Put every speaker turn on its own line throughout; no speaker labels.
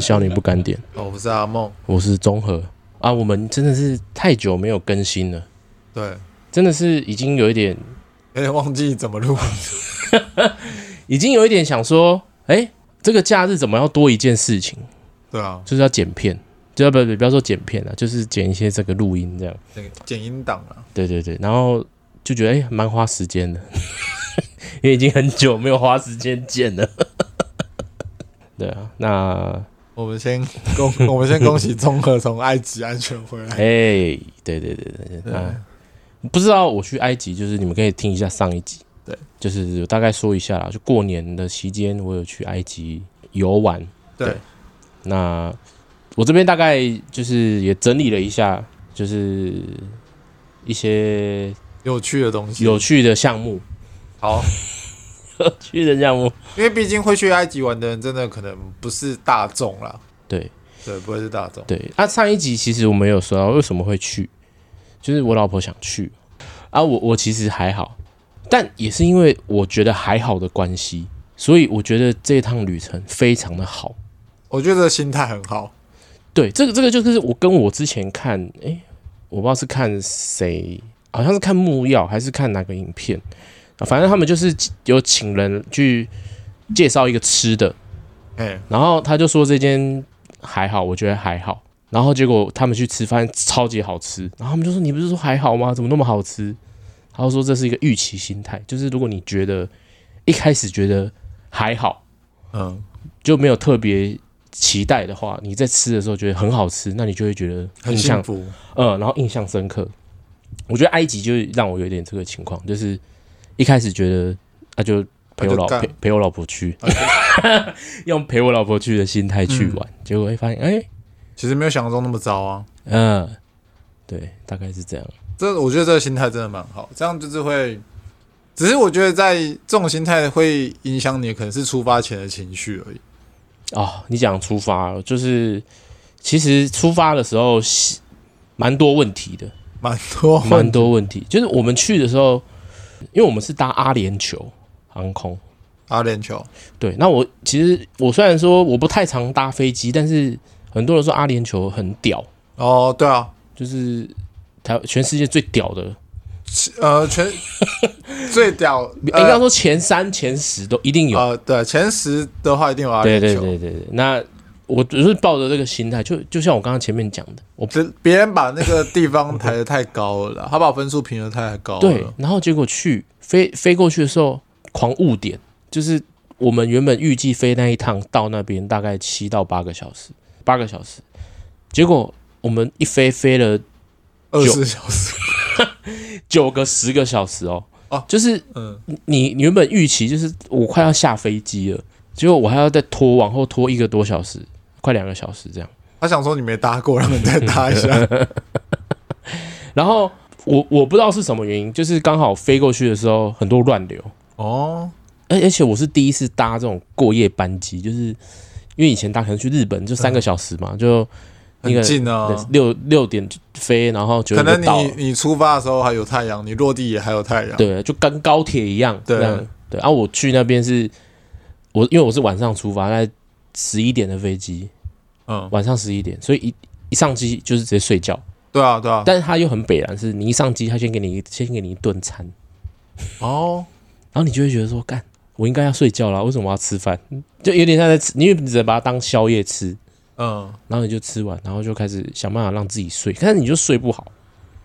笑你不敢点，
哦，我是阿梦，
我是综合啊。我们真的是太久没有更新了，
对，
真的是已经有一点，
有点忘记怎么录，
已经有一点想说，哎、这个假日怎么要多一件事情，
对啊，
就是要剪片，就要不不不要说剪片了，就是剪一些这个录音这样。
那个剪音档啊，
对对对，然后就觉得哎，蛮、花时间的， 因为已经很久没有花时间剪了。 对啊，那
我们先恭，我们先恭喜综合从埃及安全回来，
哎、对对对对对，啊，不知道我去埃及，就是你们可以听一下上一集，
对，
就是大概说一下啦。就过年的期间，我有去埃及游玩，
对，
那我这边大概就是也整理了一下，就是一些
有趣的东西，
有趣的项目，
好，
有趣的项目，
因为毕竟会去埃及玩的人，真的可能不是大众啦，
对。
对，不会是大众，
对，啊，上一集其实我们有说到为什么会去，就是我老婆想去，啊，我我其实还好，但也是因为我觉得还好的关系，所以我觉得这趟旅程非常的好。
我觉得心态很好，
对，这个这个就是我跟我之前看，诶，我不知道是看谁，好像是看木曜还是看哪个影片，啊反正他们就是有请人去介绍一个吃的，
哎，
然后他就说这间还好，我觉得还好。然后结果他们去吃饭，超级好吃。然后他们就说：“你不是说还好吗？怎么那么好吃？”他就说：“这是一个预期心态，就是如果你觉得一开始觉得还好，
嗯，
就没有特别期待的话，你在吃的时候觉得很好吃，那你就会觉得
很
印
幸
象
福，
呃，然后印象深刻。我觉得埃及就是让我有点这个情况，就是一开始觉得啊，就陪我
啊就
老
干
陪陪我老婆去， 用陪我老婆去的心态去玩，
嗯
结果会发现，哎、
其实没有想象中那么糟啊，
嗯、对，大概是这样。
这我觉得这个心态真的蛮好，这样就是会，只是我觉得在这种心态会影响你，可能是出发前的情绪而已。
哦，你讲出发，就是其实出发的时候是蛮多问题的，
蛮多，
蛮多问题。就是我们去的时候，因为我们是搭阿联酋航空，
阿联酋，
对，那我其实我虽然说我不太常搭飞机，但是很多人说阿联酋很屌，
哦，对啊，
就是台全世界最屌的，
呃，全最屌，
应
呃
该说前三、前十都一定有。
呃，对，前十的话一定有阿
对
联
对
酋，
对对对，那我就是抱着这个心态，就就像我刚刚前面讲的，我
只别人把那个地方抬得太高 了啦，他把分数评得太高了，
对，然后结果去飞飞过去的时候狂误点，就是我们原本预计飞那一趟到那边大概七到八个小时，八个小时，结果我们一飞飞了
二十小时，
九个十个小时哦。
哦
就是
嗯，
你原本预期就是我快要下飞机了，结果我还要再拖，往后拖一个多小时，快两个小时这样。
他想说你没搭过，让你再搭一 下，
然后我我不知道是什么原因，就是刚好飞过去的时候很多乱流，
哦，
而而且我是第一次搭这种过夜班机，就是因为以前搭可能去日本就三个小时嘛，就那
很
个
近啊。
六六点飞，然后九
可
点
能
就到
你
了，
你出发的时候还有太阳，你落地也还有太阳。
对，就跟高铁一样，
对
这样对。啊，我去那边是我因为我是晚上出发，大概十一点的飞机，
嗯，
晚上十一点，所以一一上机就是直接睡觉。
对啊，对啊。
但是他又很北然，是你一上机，他先给你先给你一顿餐，
哦，
然后你就会觉得说，干，我应该要睡觉啦，为什么我要吃饭？就有点像在吃，因为你只能把它当宵夜吃，
嗯，
然后你就吃完，然后就开始想办法让自己睡，但是你就睡不好。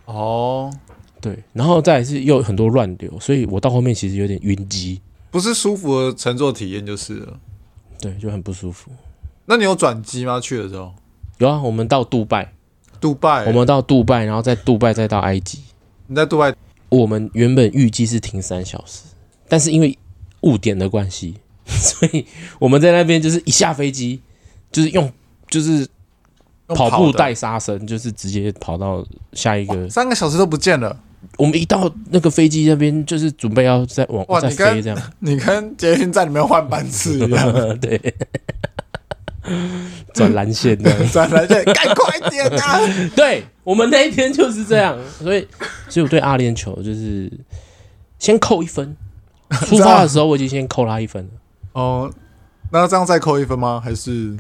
哦，
对，然后再来是又有很多乱流，所以我到后面其实有点晕机，
不是舒服的乘坐体验就是了。
对，就很不舒服。
那你有转机吗？去的时候，
有啊，我们到杜拜，
杜拜，
我们到杜拜，然后在杜拜再到埃及，
你在杜拜，
我们原本预计是停三小时，但是因为误点的关系， 所以我们在那边就是一下飞机，就是用就是
用
跑步
的
带杀绳，就是直接跑到下一个。
三个小时都不见了。
我们一到那个飞机那边，就是准备要再往
哇
再
你刚
飞这样。
你跟捷运站里面换班次一样，
对，转蓝线的。
转来这，赶快点啊！
对我们那一天就是这样，所以所以我对阿联酋就是先扣一分。出发的时候我已经先扣他一分了。
哦，那这样再扣一分吗？还是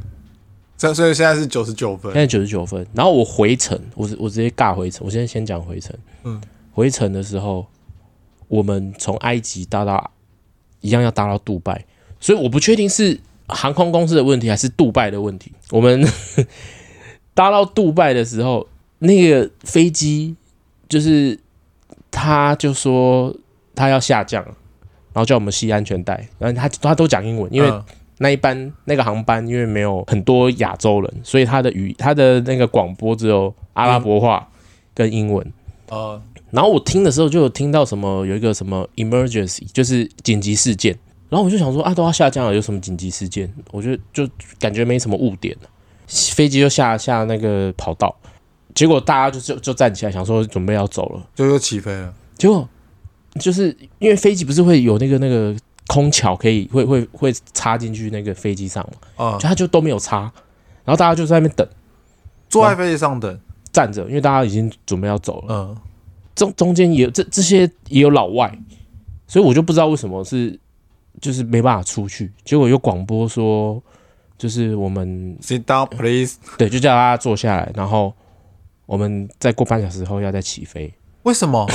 这所以现在是九十九分
现，在九十九分。然后我回程，我是我直接尬回程。我现在先讲回程。
嗯，
回程的时候，我们从埃及搭到一样要搭到杜拜，所以我不确定是航空公司的问题还是杜拜的问题。我们 搭到杜拜的时候，那个飞机就是他就说他要下降，然后叫我们系安全带，然后他他都讲英文，因为
嗯
那一班那个航班，因为没有很多亚洲人，所以他的语他的那个广播只有阿拉伯话跟英文。
哦
然后我听的时候就有听到什么有一个什么 emergency，就是紧急事件。然后我就想说啊，都要下降了，有什么紧急事件？我就就感觉没什么误点，飞机就下下那个跑道，结果大家就就就站起来想说准备要走了，
就又起飞了。
结果就是因为飞机不是会有那个那个空桥可以会会会插进去那个飞机上嘛。
啊、
就他就都没有插，然后大家就在那边等
坐在飞机上等，
站着，因为大家已经准备要走了。
嗯，
中中间也有这这些也有老外，所以我就不知道为什么是就是没办法出去。结果有广播说，就是我们
sit down please。
对就叫大家坐下来，然后我们再过半小时后要再起飞。
为什么？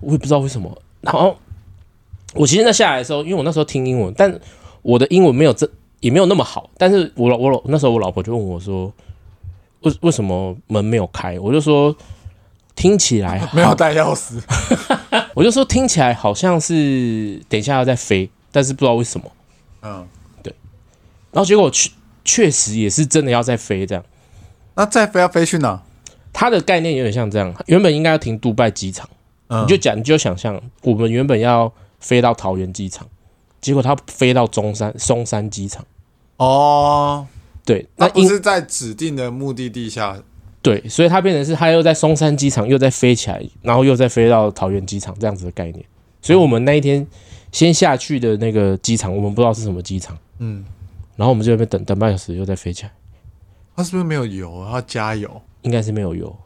我也不知道为什么。然后我其实那下来的时候，因为我那时候听英文，但我的英文没有这也没有那么好。但是我老我老那时候我老婆就问我说，为为什么门没有开？我就说听起来好
没有，带钥匙，
我就说听起来好像是等一下要再飞，但是不知道为什么。
嗯，
然后结果确确实也是真的要再飞这样。
那再飞要飞去哪？
它的概念有点像这样，原本应该要停杜拜机场，
嗯，
你就讲，你就想象，我们原本要飞到桃园机场，结果它飞到中山松山机场。
哦，
对，那
那不
因
是在指定的目的地下，
对，所以它变成是它又在松山机场又再飞起来，然后又再飞到桃园机场这样子的概念。所以我们那一天先下去的那个机场，我们不知道是什么机场，
嗯，
然后我们就在那边等等半小时，又再飞起来，
它是不是没有油啊？它加油？
应该是没有油。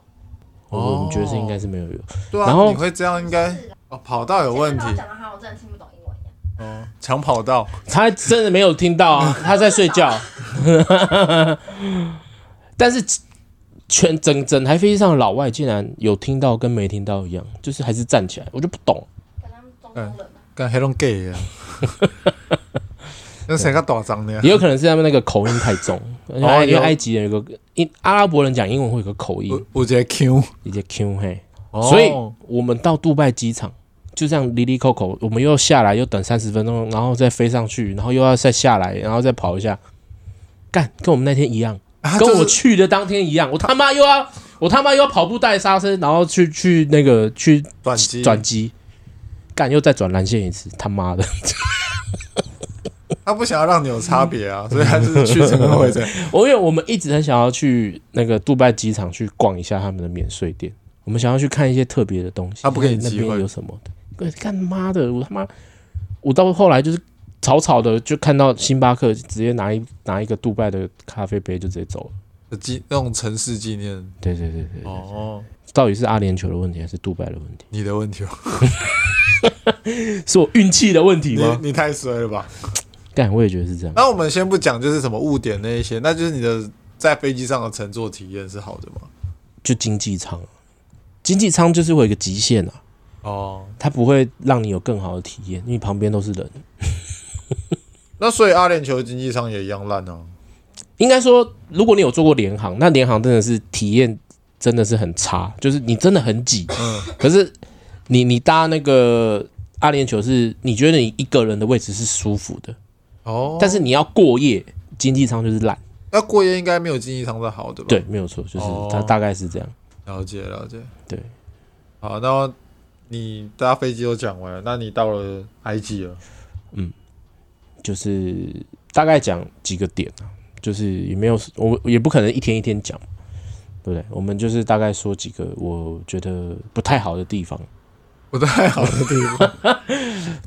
我
哦
我们觉得是应该是没有油，
对啊
然，后
你会这样应该哦，跑道有问题
前面讲的好像我真的听不懂英文一样。
哦，抢跑道，
他真的没有听到 啊，他在睡觉。 但是全整整台飞机上的老外竟然有听到跟没听到一样，就是还是站起来，我就不懂。
跟他们中东人吧，
跟黑龙 gay 啊，那谁个大张呢
也？有可能是他们那个口音太 重，因
哦
为因为
有
埃及人有个因阿拉伯人讲英文会有个口音
我，我觉得 Q，
一些 Q 嘿，
哦
所以我们到杜拜机场就这样离离扣扣，我们又下来又等三十分钟，然后再飞上去，然后又要再下来，然后再跑一下，干跟我们那天一样，
啊
跟
就是
我去的当天一样，我他妈又要我他妈又要跑步带刹车，然后去去那个去
转机
转，机，干又再转蓝线一次，他妈的！
他不想要让你有差别
嗯
啊，所以他就是去成功回程。
我因为我们一直很想要去那个杜拜机场去逛一下他们的免税店，我们想要去看一些特别的东西。
他不给你
那
机会
边有什么的？对干妈的，我他妈，我到后来就是草草的就看到星巴克，直接拿一拿一个杜拜的咖啡杯就直接走了。
纪那种城市纪念
对对对对，
哦，
到底是阿联酋的问题还是杜拜的问题？
你的问题吧，
是我运气的问题
你
吗？
你太衰了吧？
干，我也觉得是这样。
那我们先不讲就是什么误点那一些，那就是你的在飞机上的乘坐体验是好的吗？
就经济舱，经济舱就是会有一个极限啊，
哦，
它不会让你有更好的体验，因为旁边都是人。
那所以阿联酋经济舱也一样烂啊。
应该说，如果你有做过联航，那联航真的是体验真的是很差，就是你真的很挤。
嗯
可是你你搭那个阿联酋是，你觉得你一个人的位置是舒服的，
哦，
但是你要过夜，经济舱就是烂。
那过夜应该没有经济舱的好，对吧？
对，，没有错，就是
哦
它大概是这样。
了解了解。
对，
好，那你搭飞机都讲完了，那你到了埃 及了，
就是大概讲几个点啊，就是也没有我也不可能一天一天讲，对不对？我们就是大概说几个我觉得不太好的地方。
不太好的地方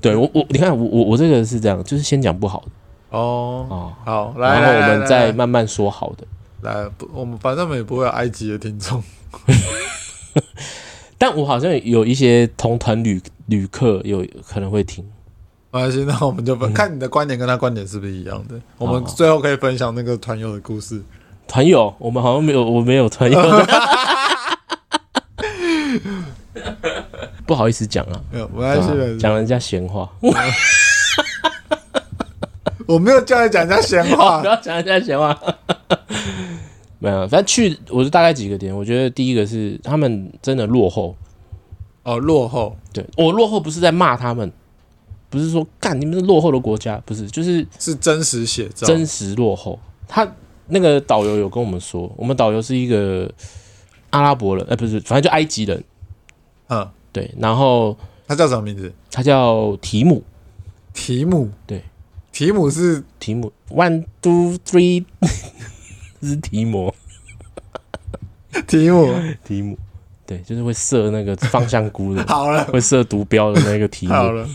对我我你看我我我这个是这样，就是先讲不好的
哦。
啊，
好，
然
来，
后
来
我
来
们再
来
慢慢说好的。
来，不我们反正我们也不会有埃及的听众，
但我好像有一些同团旅旅客有可能会听，
没关系，那我们就分、看你的观点跟他观点是不是一样的。我
嗯
们最后可以分享那个团友的故事。
团友，我们好像没有，我没有团 友，不好意思讲啊，
没有，没关系，没关系
讲人家闲话，
我没有叫你讲人家闲话
不。要讲人家闲话。没有，反正去我就大概几个点，我觉得第一个是他们真的落后，
哦，落后，
对我落后不是在骂他们，不是说干你们是落后的国家，不是，就是
是真实写照。
真实落后。他那个导游有跟我们说，我们导游是一个阿拉伯人，呃，不是，反正就埃及人，
嗯，
对。然后
他叫什么名字？
他叫提姆，
提姆。
对，
提姆是
提姆，one two three，是提摩，
提姆。，
提姆，对，就是会射那个方向菇的
好了，
会射毒标的那个提姆。
好了，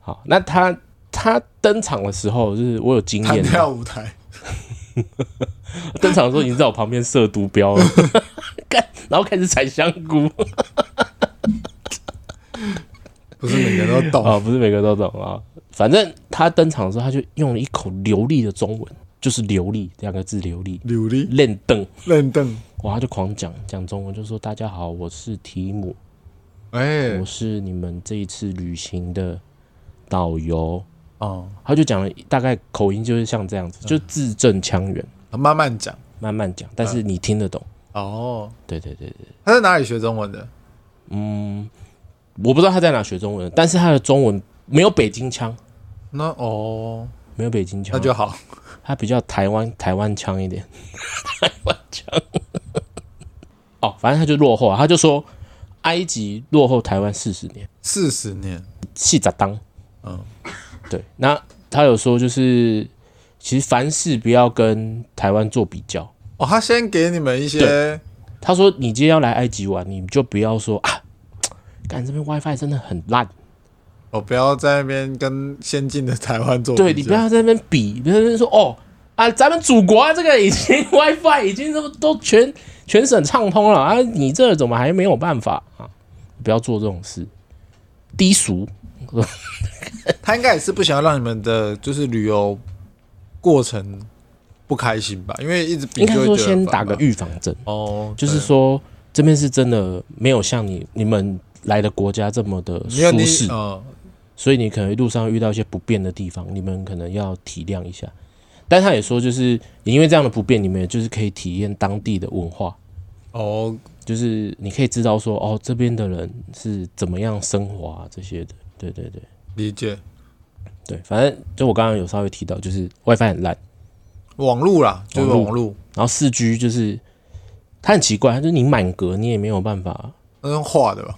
好，那他他登场的时候，就是我有经
弹
验，啊
跳舞台。
登场的时候已经在我旁边射毒标了， 干，然后开始采香菇。
哦不是每个人都懂，
啊，不是每个都懂啊。反正他登场的时候，他就用了一口流利的中文，就是“流利”两个字，流利。
努力
练凳，
认凳，
哇，他就狂讲讲中文，就说：“大家好，我是提姆，
哎
我，是你们这一次旅行的导游。
哦，”
他就讲了大概口音就是像这样子，就字正腔圆，
慢慢讲，
慢慢讲，但是你听得懂。
哦，
对对对对，
他在哪里学中文的？
嗯，我不知道他在哪学中文，但是他的中文没有北京腔，
那哦，
没有北京腔，
那就好。
他比较台湾台湾腔一点， 台湾腔。 哦，反正他就落后啊，他就说埃及落后台湾四十年，
四十年，
细咋当。
嗯，
对，那他有说就是，其实凡事不要跟台湾做比较。
哦，他先给你们一些，
他说你今天要来埃及玩，你就不要说啊，干这边 WiFi 真的很烂，
哦，不要在那边跟先进的台湾做比较，
对你不要在那边比，不要在那边说哦啊，咱们祖国、啊、这个已经 WiFi 已经都都全全省畅通了啊，你这怎么还没有办法啊？不要做这种事，低俗。
他应该也是不想要让你们的就是旅游过程不开心吧，因为一直比
应该
就会
说
觉得很
先
烦
打个
吧
预防针，
哦，
就是
对
说这边是真的没有像你你们来的国家这么的
没有
舒
你
适，
嗯
所以你可能一路上遇到一些不便的地方，你们可能要体谅一下。但他也说，就是因为这样的不便，你们也就是可以体验当地的文化。
哦，
就是你可以知道说，哦，这边的人是怎么样生活啊，这些的。对对对
理解
对，反正就我刚刚有稍微提到，就是 WiFi 很烂，
网路啦，就是
网路
网路，
然后四 G 就是它很奇怪，它就是你满格你也没有办法
那用画的吧，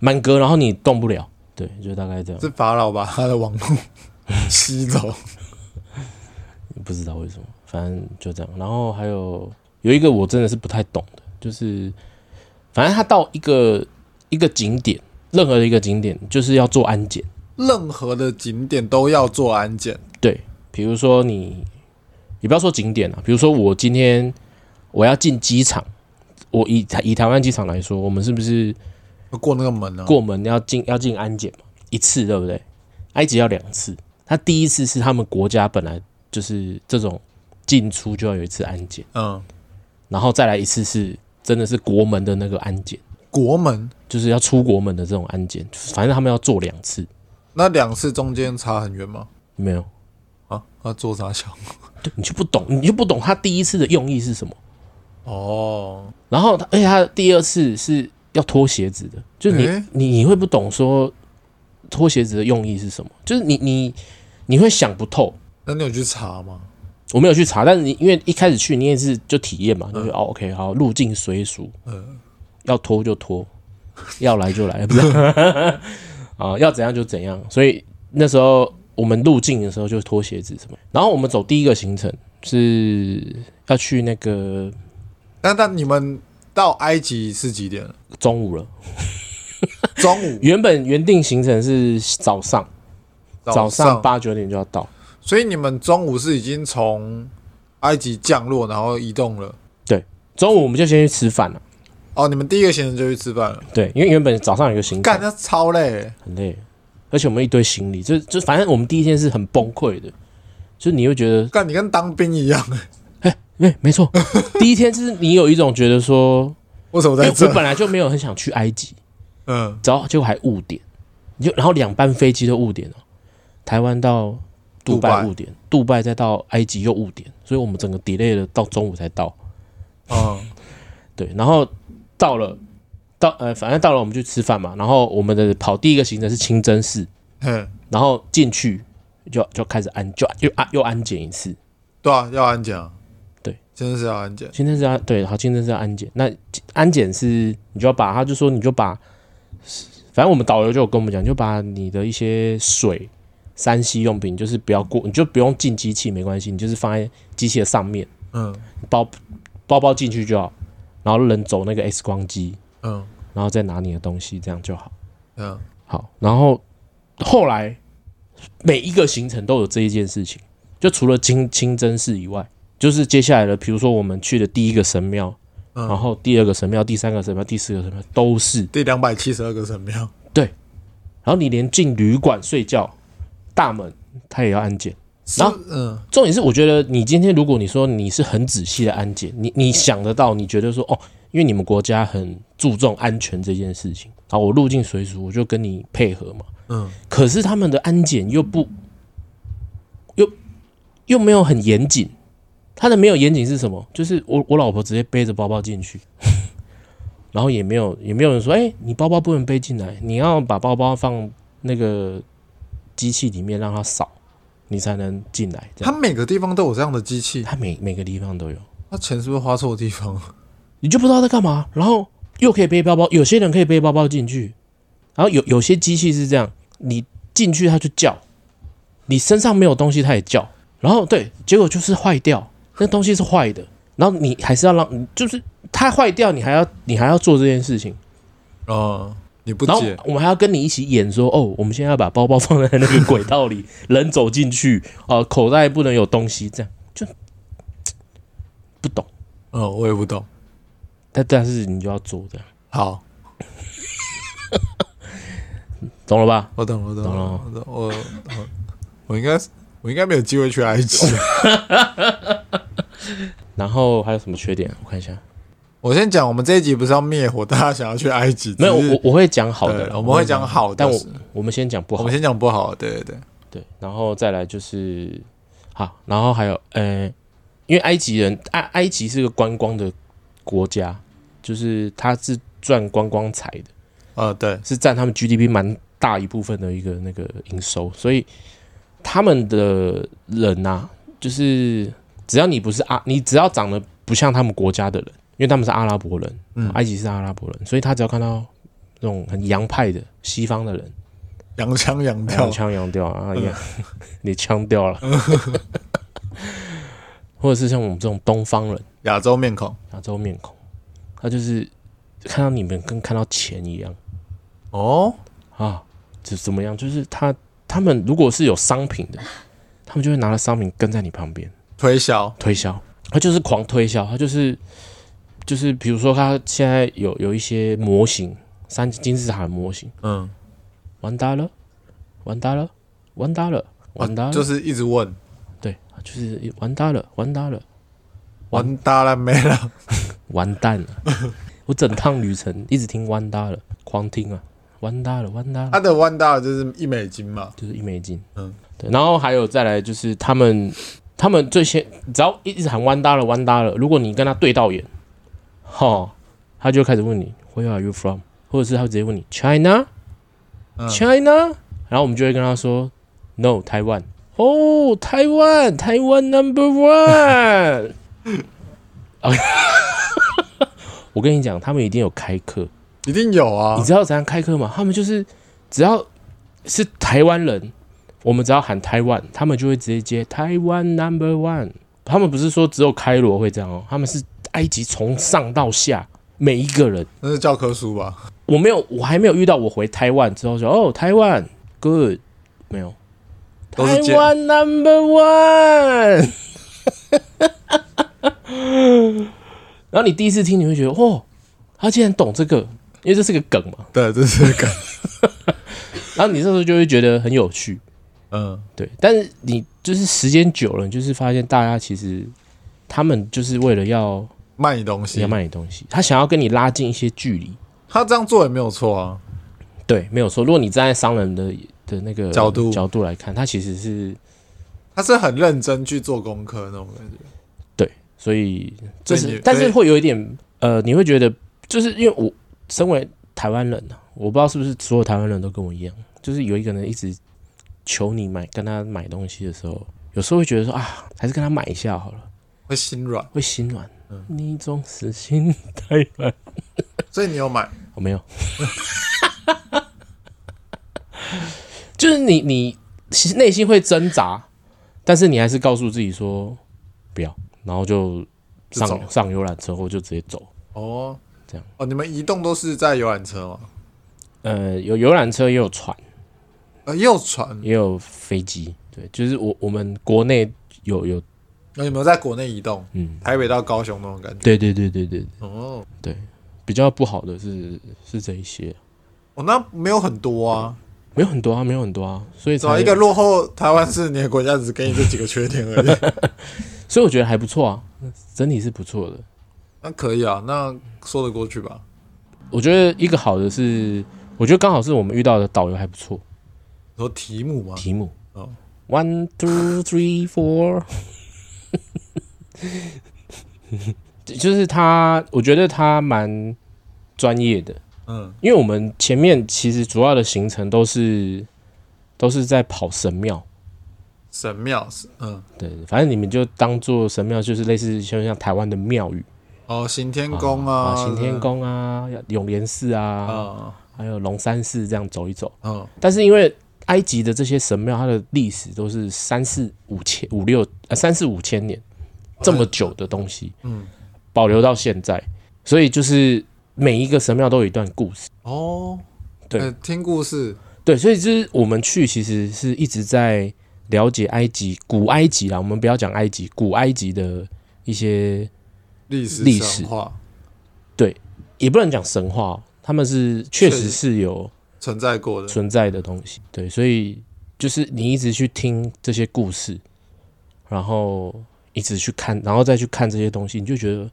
满格，然后你动不了。对，就大概这样
是，法老把他的网路 吸走，
不知道为什么，反正就这样。然后还有有一个我真的是不太懂的，就是反正他到一个一个景点，任何的一个景点就是要做安检。
任何的景点都要做安检，
对，比如说你，你不要说景点啊，比如说我今天我要进机场，我以以台湾机场来说，我们是不是
过那个门啊呢，
过门要进要进安检嘛？一次对不对？埃及要两次，他第一次是他们国家本来就是这种进出就要有一次安检，
嗯，
然后再来一次是真的是国门的那个安检，
国门
就是要出国门的这种安检，反正他们要做两次，
那两次中间差很远吗？
没有，
啊，那做啥小？
对你就不懂，你就不懂他第一次的用意是什么。
哦，
然后他，而且他第二次是要脱鞋子的，就是你、
诶
你你会不懂说脱鞋子的用意是什么，就是你你你会想不透。
那你有去查吗？
我没有去查，但是你因为一开始去你也是就体验嘛，就是、哦 OK 好入境随俗，
嗯
要脱就脱，要来就来，不 是啊要怎样就怎样。所以那时候我们入境的时候就脱鞋子什么，然后我们走第一个行程是要去那个
那那你们到埃及是几点了？
中午了，
中午
原本原定行程是早上。早上
上，
八九点就要到，
所以你们中午是已经从埃及降落，然后移动了。
中午我们就先去吃饭了。
哦，你们第一个行程就去吃饭了，
对，因为原本早上有一个行
干
程，
那超累，
很累，而且我们一堆行李，就就反正我们第一天是很崩溃的，就你会觉得
干，你跟当兵一样，
哎、没 错，第一天就是你有一种觉得说，
为什么
因为
在 这
我？本来就没有很想去埃及，
嗯，
然后结果还误点，你就然后两班飞机都误点了，台湾到杜
杜
拜
拜
误点，杜拜再到埃及又误点，所以我们整个 delay 了到中午才到。
哦，
对，然后到了，到呃，反正到了我们去吃饭嘛，然后我们的跑第一个行程是清真寺，
嘿，
然后进去就就开始安就又安又安检一次，
对啊，要安检啊，
对，
真的是要安检，
清真寺要对，好，清真寺要安检，那安检是你就要把，他就说你就把，反正我们导游就有跟我们讲，你就把你的一些水。三 C 用品就是不要过，你就不用进机器，没关系，你就是放在机器的上面，
嗯
包包包进去就好，然后人走那个 X 光机，
嗯
然后再拿你的东西，这样就好。
嗯，
好，然后后来每一个行程都有这一件事情，就除了清清真寺以外，就是接下来的，比如说我们去的第一个神庙，
嗯
然后第二个神庙、第三个神庙、第四个神庙都是，
第两百七十二个神庙，
然后你连进旅馆睡觉大门它也要安检。然后
是嗯
重点是，我觉得你今天如果你说你是很仔细的安检，你你想得到，你觉得说哦，因为你们国家很注重安全这件事情，好，我入境随俗，我就跟你配合嘛。
嗯，
可是他们的安检又不又又没有很严谨。他的没有严谨是什么？就是我我老婆直接背着包包进去， 然后也没有也没有人说，哎、你包包不能背进来，你要把包包放那个机器里面让它扫，你才能进来。这
它
样，
每个地方都有这样的机器，
他每每个地方都有，
它钱是不是花错 地方？
你就不知道在干嘛。然后又可以背包包，有些人可以背包包进去，然后有有些机器是这样，你进去它就叫，你身上没有东西它也叫，然后对，结果就是坏掉，那东西是坏的，然后你还是要让，就是它坏掉，你还要你还要做这件事情，
哦，你不
然后
解，
我们还要跟你一起演说，哦，我们现在要把包包放在那个轨道里，人走进去，哦、口袋不能有东西，这样就不懂，
嗯，我也不懂。
但但是你就要做这样，
好，
懂了吧？
我懂，我懂，
懂了
我懂，我 我我应该是我应该没有机会去 埃及。
然后还有什么缺点？我看一下，
我先讲，我们这一集不是要灭火，大家想要去埃及，
没有，
只是
我我会讲好的
对
啦，
我们会讲好的
但我
是
我们先讲不
我
好
们，先讲不好的，对对对，
对，然后再来就是好，然后还有呃，因为埃及人埃埃及是个观光的国家，就是它是赚观光财的，
呃，对，
是占他们 GDP 蛮大一部分的一个那个营收，所以他们的人呐、就是只要你不是阿，你只要长得不像他们国家的人，因为他们是阿拉伯人，
嗯
埃及是阿拉伯人，所以他只要看到那种很洋派的西方的人，
洋腔洋调
洋，腔洋调啊，一样， 你腔掉了， 或者是像我们这种东方人。
亚洲面孔，
亚洲面孔，他就是看到你们跟看到钱一样
哦，
啊，就怎么样？就是他他们如果是有商品的，他们就会拿着商品跟在你旁边
推销，
推销，他就是狂推销，他就是就是比如说他现在有有一些模型，三金字塔的模型，
嗯，
完蛋了，完蛋了，完蛋了，完蛋了，
啊就是一直问，
对，就是完蛋了，完蛋了，
完蛋了没
啊
了，
完蛋了， 我整趟旅程一直听完蛋了，狂听啊，完蛋了，完蛋了。
他的完蛋了就是一美金嘛，
就是一美金。嗯
嗯，
对。然后还有再来就是他们，他们最先只要一直喊弯搭了弯搭了，如果你跟他对到眼，哈，他就开始问你 Where are you from，或者是他会直接问你 China
嗯
China，、然后我们就会跟他说 No 台湾哦台湾台湾 Number One。我跟你讲，他们一定有开课，
一定有啊
你，知道怎样开课吗？他们就是只要是台湾人，我们只要喊台湾，他们就会直接接台湾 number one。他们不是说只有开罗会这样哦，他们是埃及从上到下每一个人。
那是教科书吧？
我没有，我还没有遇到我回台湾之后说哦台湾 good 没有，
都
台
是接
湾 number one。然后你第一次听，你会觉得 哦，他竟然懂这个，因为这是个梗嘛。
对，这是个
然后你这时候就会觉得很有趣，
嗯，
对。但是你就是时间久了，你就是发现大家其实他们就是为了要
卖你东西
要，卖你东西，他想要跟你拉近一些距离。
他这样做也没有错啊。
对，没有错。如果你站在商人的的那个
角度
角度来看，他其实是
他是很认真去做功课那种感觉。
所以这
所以
是
你，
但是
所以
会有一点呃，你会觉得就是因为我身为台湾人呢、我不知道是不是所有台湾人都跟我一样，就是有一个人一直求你买跟他买东西的时候，有时候会觉得说啊，还是跟他买一下好了，
会心软，
会心软。
嗯
你总是心太软，
所以你有买，
我哦没有， 就是你你其实内心会挣扎，但是你还是告诉自己说不要，然后就
就走
上上游览车后就直接走。
哦，
这样
哦，你们移动都是在游览车吗？
呃，有游览车，也有船，
呃，也有船，
也有飞机。对，就是我我们国内有有，
那有没有在国内移动？
嗯，
台北到高雄那种感觉？
对对对对对，
哦，
比较不好的是是这一些，
哦，那没有很多啊，
没有很多啊，没有很多啊，所以
是吧？
才
一个落后台湾是你的国家只给你这几个缺点而已，
所以我觉得还不错啊，整体是不错的。
那可以啊，那说得过去吧？
我觉得一个好的是，我觉得刚好是我们遇到的导游还不错，
你说题目吗？
题目
哦
one two three four，就是他，我觉得他蛮专业的。
嗯，
因为我们前面其实主要的行程都是都是在跑神庙，
神庙是嗯，
对，反正你们就当做神庙，就是类似就像台湾的庙宇，
哦，行天宫
啊，
啊，
行天宫啊，永联寺啊，
啊，
还有龙山寺这样走一走。
嗯，
但是因为埃及的这些神庙，它的历史都是三四五千五六呃三四五千年这么久的东西，
嗯，
保留到现在，所以就是每一个神庙都有一段故事。
哦，
对
呃，听故事，
对，所以就是我们去其实是一直在了解埃及古埃及啦，我们不要讲埃及，古埃及的一些
历史
历史
神话
也不能讲神话哦、他们是确实是有
存在过的，
存在的东西。对，所以就是你一直去听这些故事，然后一直去看，然后再去看这些东西，你就觉得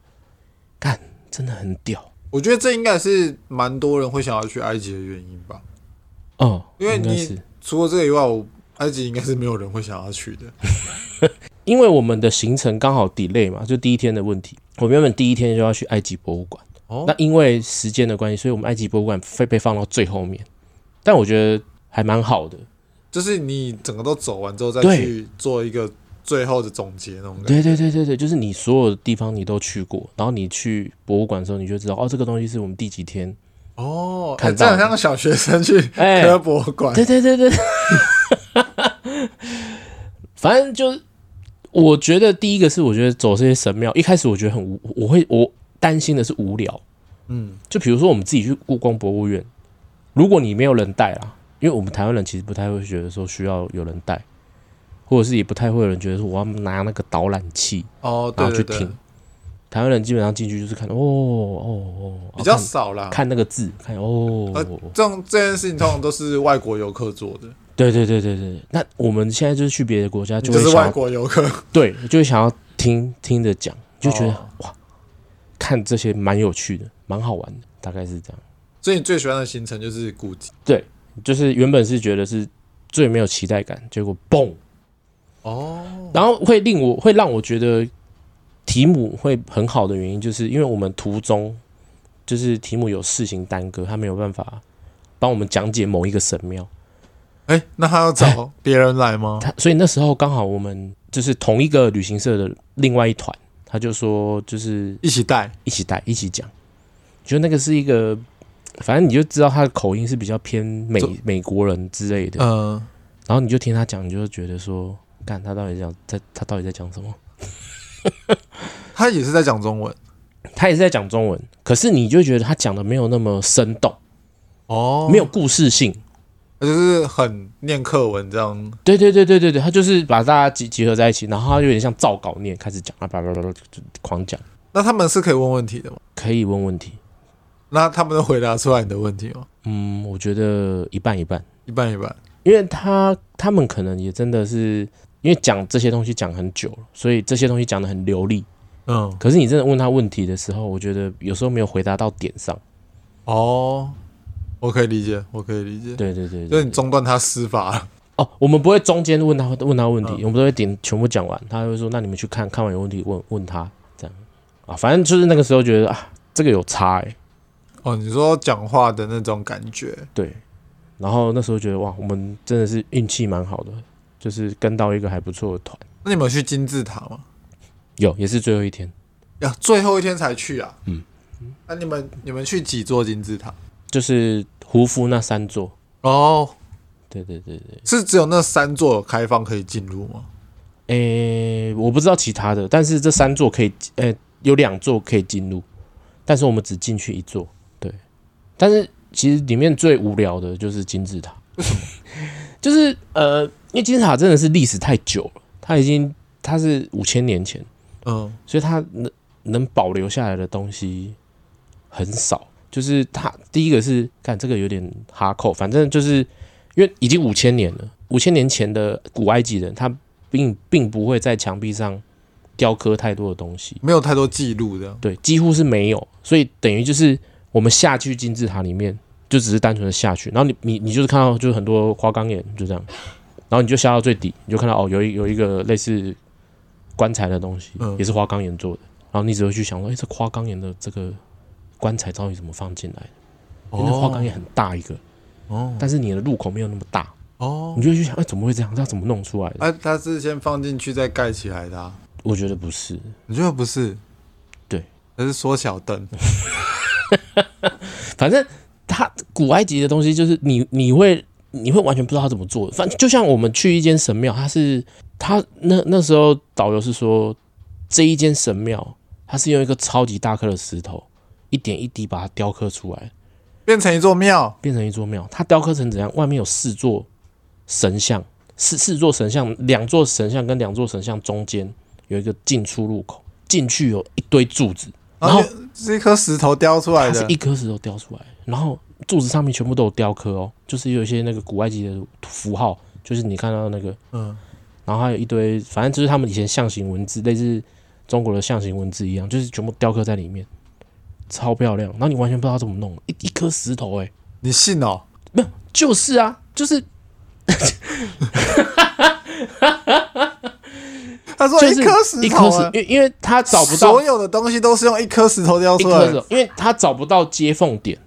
干真的很屌
我觉得这应该是蛮多人会想要去埃及的原因吧。
哦，
因为
应该
你
是
除了这个以外，我埃及应该是没有人会想要去的。
因为我们的行程刚好 delay 嘛，就第一天的问题。我们原本第一天就要去埃及博物馆，
哦
那因为时间的关系，所以我们埃及博物馆非被放到最后面。但我觉得还蛮好的，
就是你整个都走完之后，再
对
去做一个最后的总结那种感觉。
对对对对对，就是你所有的地方你都去过，然后你去博物馆的时候，你就知道哦，这个东西是我们第几天。
哦，
看
哎这
到
很像小学生去
哎
科博馆。
对对对对， 反正就是我觉得第一个是，我觉得走这些神庙，一开始我觉得很无，我会我担心的是无聊。
嗯，
就比如说我们自己去故宫博物院，如果你没有人带啦，因为我们台湾人其实不太会觉得说需要有人带，或者是也不太会有人觉得说我要拿那个导览器，
哦，
然
对
后去
对
听。
对，
台湾人基本上进去就是看哦哦哦，
比较
看
少啦。
看那个字，看哦。
呃
哦哦
这种这件事情通常都是外国游客做的，
对对对对对，那我们现在就是去别的国家
你
就
就
会
是
想
外
要
国游客。
对，就会想要听听着讲，就觉得、
哦
哇，看这些蛮有趣的，蛮好玩的，大概是这样。
所以你最喜欢的行程就是古迹。
就是原本是觉得是最没有期待感，结果嘣，
哦，
然后会令我会让我觉得题目会很好的原因，就是因为我们途中就是题目有事情耽搁，他没有办法帮我们讲解某一个神庙，
哎，那他要 找别人来吗？
他所以那时候刚好我们就是同一个旅行社的另外一团，他就说就是
一起带。
一起带一起讲，就那个是一个，反正你就知道他的口音是比较偏美
中
美国人之类的，
嗯，
然后你就听他讲，你就会觉得说，干他到底讲在他到底在讲什么？
他也是在讲中文。
他也是在讲中文，可是你就觉得他讲的没有那么生动，
哦，
没有故事性。
就是很念课文这样。
对对对对对对，他就是把大家集集合在一起，然后他有点像照稿念，开始讲啊，叭叭叭叭就狂讲，
那他们是可以问问题的吗？
可以问问题。
那他们能回答出来你的问题吗？
嗯，我觉得一半一半，
一一半一半。
因为他他们可能也真的是因为讲这些东西讲很久了，所以这些东西讲的很流利。
嗯，
可是你真的问他问题的时候，我觉得有时候没有回答到点上。
哦，我可以理解，我可以理解，
对对对
就是
对
你中断他施法了。
哦，我们不会中间问他问他问题，
嗯
我们都会点全部讲完，他会说那你们去看看完有问题问问他这样啊，反正就是那个时候觉得啊这个有差哎、
哦，你说讲话的那种感觉，
对，然后那时候觉得哇我们真的是运气蛮好的，就是跟到一个还不错的团，
那你们有去金字塔吗？
有也是最后一天，
呀，最后一天才去啊。
嗯，
啊，你们你们去几座金字塔？
就是胡夫那三座，
哦，
对对对对，
是只有那三座有开放可以进入吗？
诶、我不知道其他的，但是这三座可以，呃、有两座可以进入，但是我们只进去一座，对。但是其实里面最无聊的就是金字塔， 就是呃，因为金字塔真的是历史太久了，它已经它是五千年前，
嗯，
所以它能能保留下来的东西很少。就是它第一个是看这个有点哈扣，反正就是因为已经五千年了，五千年前的古埃及人他并并不会在墙壁上雕刻太多的东西，
没有太多记录这样。
对，几乎是没有，所以等于就是我们下去金字塔里面，就只是单纯的下去，然后你你你就是看到就是很多花岗岩就这样，然后你就下到最底，你就看到哦有一有一个类似棺材的东西，
嗯
也是花岗岩做的，然后你只会去想说，哎、这花岗岩的这个棺材到底怎么放进来的？因为那花岗岩很大一个，
哦
但是你的入口没有那么大，
哦，
你就会去想，哎、怎么会这样？它怎么弄出来的？
啊，它是先放进去再盖起来的、啊，
我觉得不是，
你觉得不是？
对，
那是缩小灯。
反正它古埃及的东西就是你你会你会完全不知道它怎么做的。反正就像我们去一间神庙，它是它那那时候导游是说这一间神庙，它是用一个超级大颗的石头，一点一滴把它雕刻出来，
变成一座庙，
变成一座庙。它雕刻成怎样？外面有四座神像，四四座神像，两座神像跟两座神像中间有一个进出入口，进去有一堆柱子，然后
是一颗石头雕出来
它是
的
一。颗石头雕出来，然后柱子上面全部都有雕刻哦，就是有一些那个古埃及的符号，就是你看到那个，
嗯，
然后还有一堆，反正就是他们以前象形文字，类似中国的象形文字一样，就是全部雕刻在里面，超漂亮。然后你完全不知道怎么弄，一一颗石头、欸，
你信哦？
就是啊，就是
他说
就是
哦一颗石
一
头、
颗
啊，
石，因为因为他找不到
所有的东西都是用一颗石头雕
一
出
颗
来
石
的。
头，因为他找不到接缝点，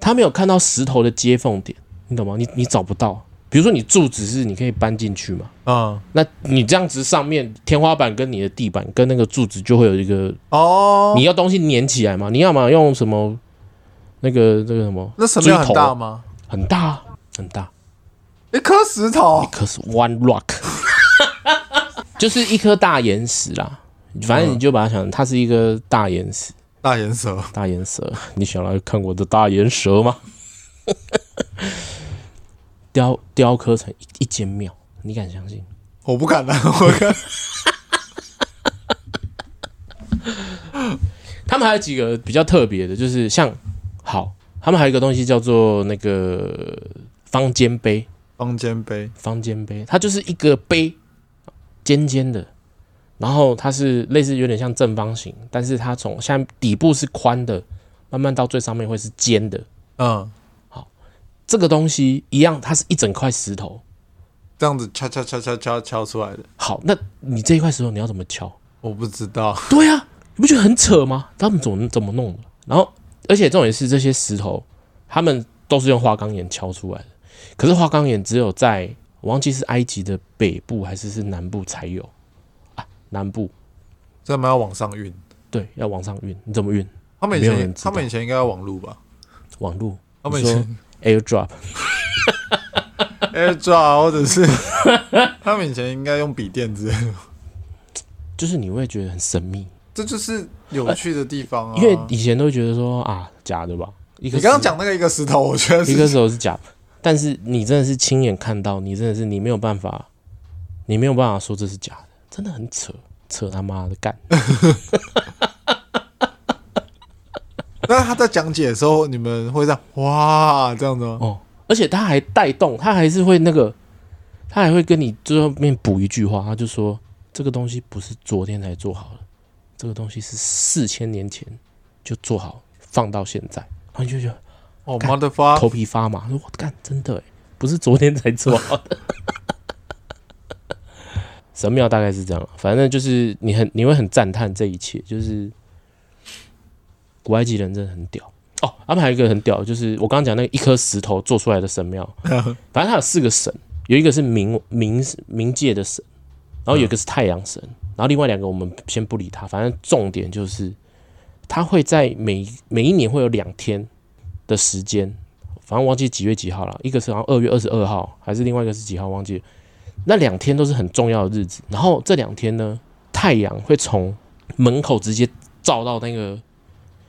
他没有看到石头的接缝点，你懂吗？你你找不到，比如说你柱子是你可以搬进去嘛。
嗯，
那你这样子上面天花板跟你的地板跟那个柱子就会有一个，
哦，
你要东西粘起来嘛？你要么用什么那个这个什么
那神庙很
锥头啊
大吗？
很大啊很大，
一颗石头
一，颗是 one rock，就是一颗大岩石啦。反正你就把它想，它是一个大岩石，
大岩蛇。
大岩蛇。 你想来看我的大岩蛇吗？ 雕雕刻成一一间庙，你敢相信？
我不敢了，啊 我看
他们还有几个比较特别的，就是像好，他们还有一个东西叫做那个方尖碑，
方尖碑，
方尖碑，它就是一个碑，尖尖的，然后它是类似有点像正方形，但是它从下面底部是宽的，慢慢到最上面会是尖的。
嗯，
这个东西一样，它是一整块石头。
这样子敲敲敲敲敲敲出来的，
好，那你这一块石头你要怎么敲？
我不知道。
对啊，你不觉得很扯吗？他们怎么怎么弄的？然后，而且重点是这些石头，他们都是用花岗岩敲出来的。可是花岗岩只有在我忘记是埃及的北部还是是南部才有啊，南部
这们要往上运，
对，要往上运，你怎么运？
他们以
没有人
前
知道
他们以前应该要网路吧？
网路
他们以
你说
前
AirDrop，
AirDrop 啊或者是 他们以前应该用笔电之类的。
就是你会觉得很神秘，
这就是有趣的地方啊！
因为以前都会觉得说啊，假的吧？一个
你刚刚
石
讲那个一个石头，我 觉得
一个
是
时候是假的，但是你真的是亲眼看到，你真的是你没有办法，你没有办法说这是假的，真的很扯，扯他妈的干！
那他在讲解的时候，你们会这样哇这样子吗？
哦，而且他还带动，他还是会那个，他还会跟你最后面补一句话，他就说这个东西不是昨天才做好了，这个东西是四千年前就做好，放到现在，然后你就觉得
哦
干
，motherfucker，
头皮发麻，说我干，真的哎，不是昨天才做好的。 神庙大概是这样，啊反正就是你很你会很赞叹这一切，就是古埃及人真的很屌哦。他们还有一个很屌，就是我刚刚讲那个一颗石头做出来的神庙，反正它有四个神，有一个是冥冥冥界的神，然后有一个是太阳神，然后另外两个我们先不理它，反正重点就是它会在每每一年会有两天的时间，反正忘记几月几号了，一个是好像二月二十二号，还是另外一个是几号忘记了。那两天都是很重要的日子，然后这两天呢，太阳会从门口直接照到那个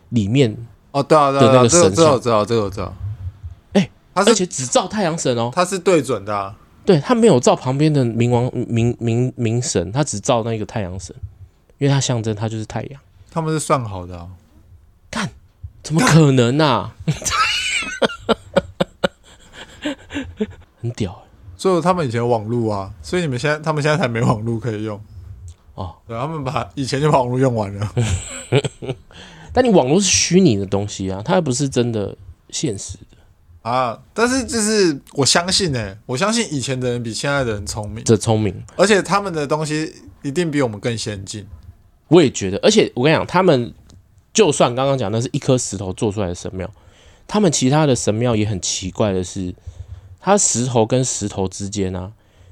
里面，
哦，对啊，对
的那
啊，
个
这个
神
这个
像
我知道，这个我知道。
哎，
它
而
是
且只照太阳神哦，
它是对准的啊，
对他没有照旁边的冥王冥冥冥神，他只照那个太阳神，因为它象征它就是太阳，
他们是算好的啊。
怎么可能啊？ 很屌欸、
所以他们以前有网路啊，所以你们现在他们现在才没网路可以用。
哦，
对，他们把以前就把网路用完了。
但你网络是虚拟的东西啊，它又不是真的现实的，
啊，但是就是我相信哎、我相信以前的人比现在的人聪明，
这聪明。
而且他们的东西一定比我们更先进。
我也觉得，而且我跟你讲，他们就算刚刚讲那是一颗石头做出来的神庙，他们其他的神庙也很奇怪的是，它石头跟石头之间啊，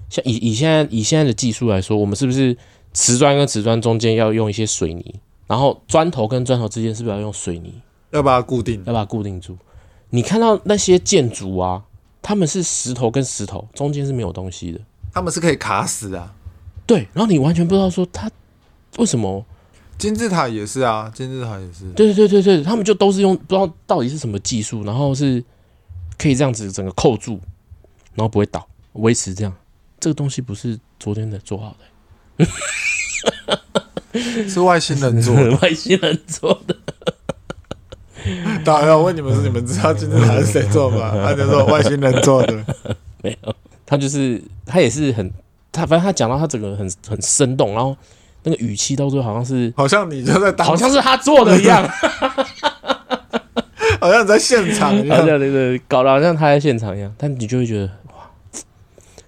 像以以现在以现在的技术来说，我们是不是瓷砖跟瓷砖中间要用一些水泥，然后砖头跟砖头之间是不是要用水泥？
要把它固定，
要把它固定住。你看到那些建筑啊，他们是石头跟石头中间是没有东西的。
他们是可以卡死的啊。
对，然后你完全不知道说他为什么，
金字塔也是啊，金字塔也是。
对对对对对，他们就都是用不知道到底是什么技术，然后是可以这样子整个扣住，然后不会倒，维持这样。这个东西不是昨天的做好的，
是外星人做 的。
外星人做的。
当然要问你们说，你们知道金字塔是谁做吗？他就说外星人做的。
没有，他就是他也是很他，反正他讲到他整个很很生动，然后那个语气到最后好像是
好像你就在当，
好像是他做 的一样，
好像你在现场 一
好
样。
像那个搞得好像他在现场一样，但你就会觉得哇，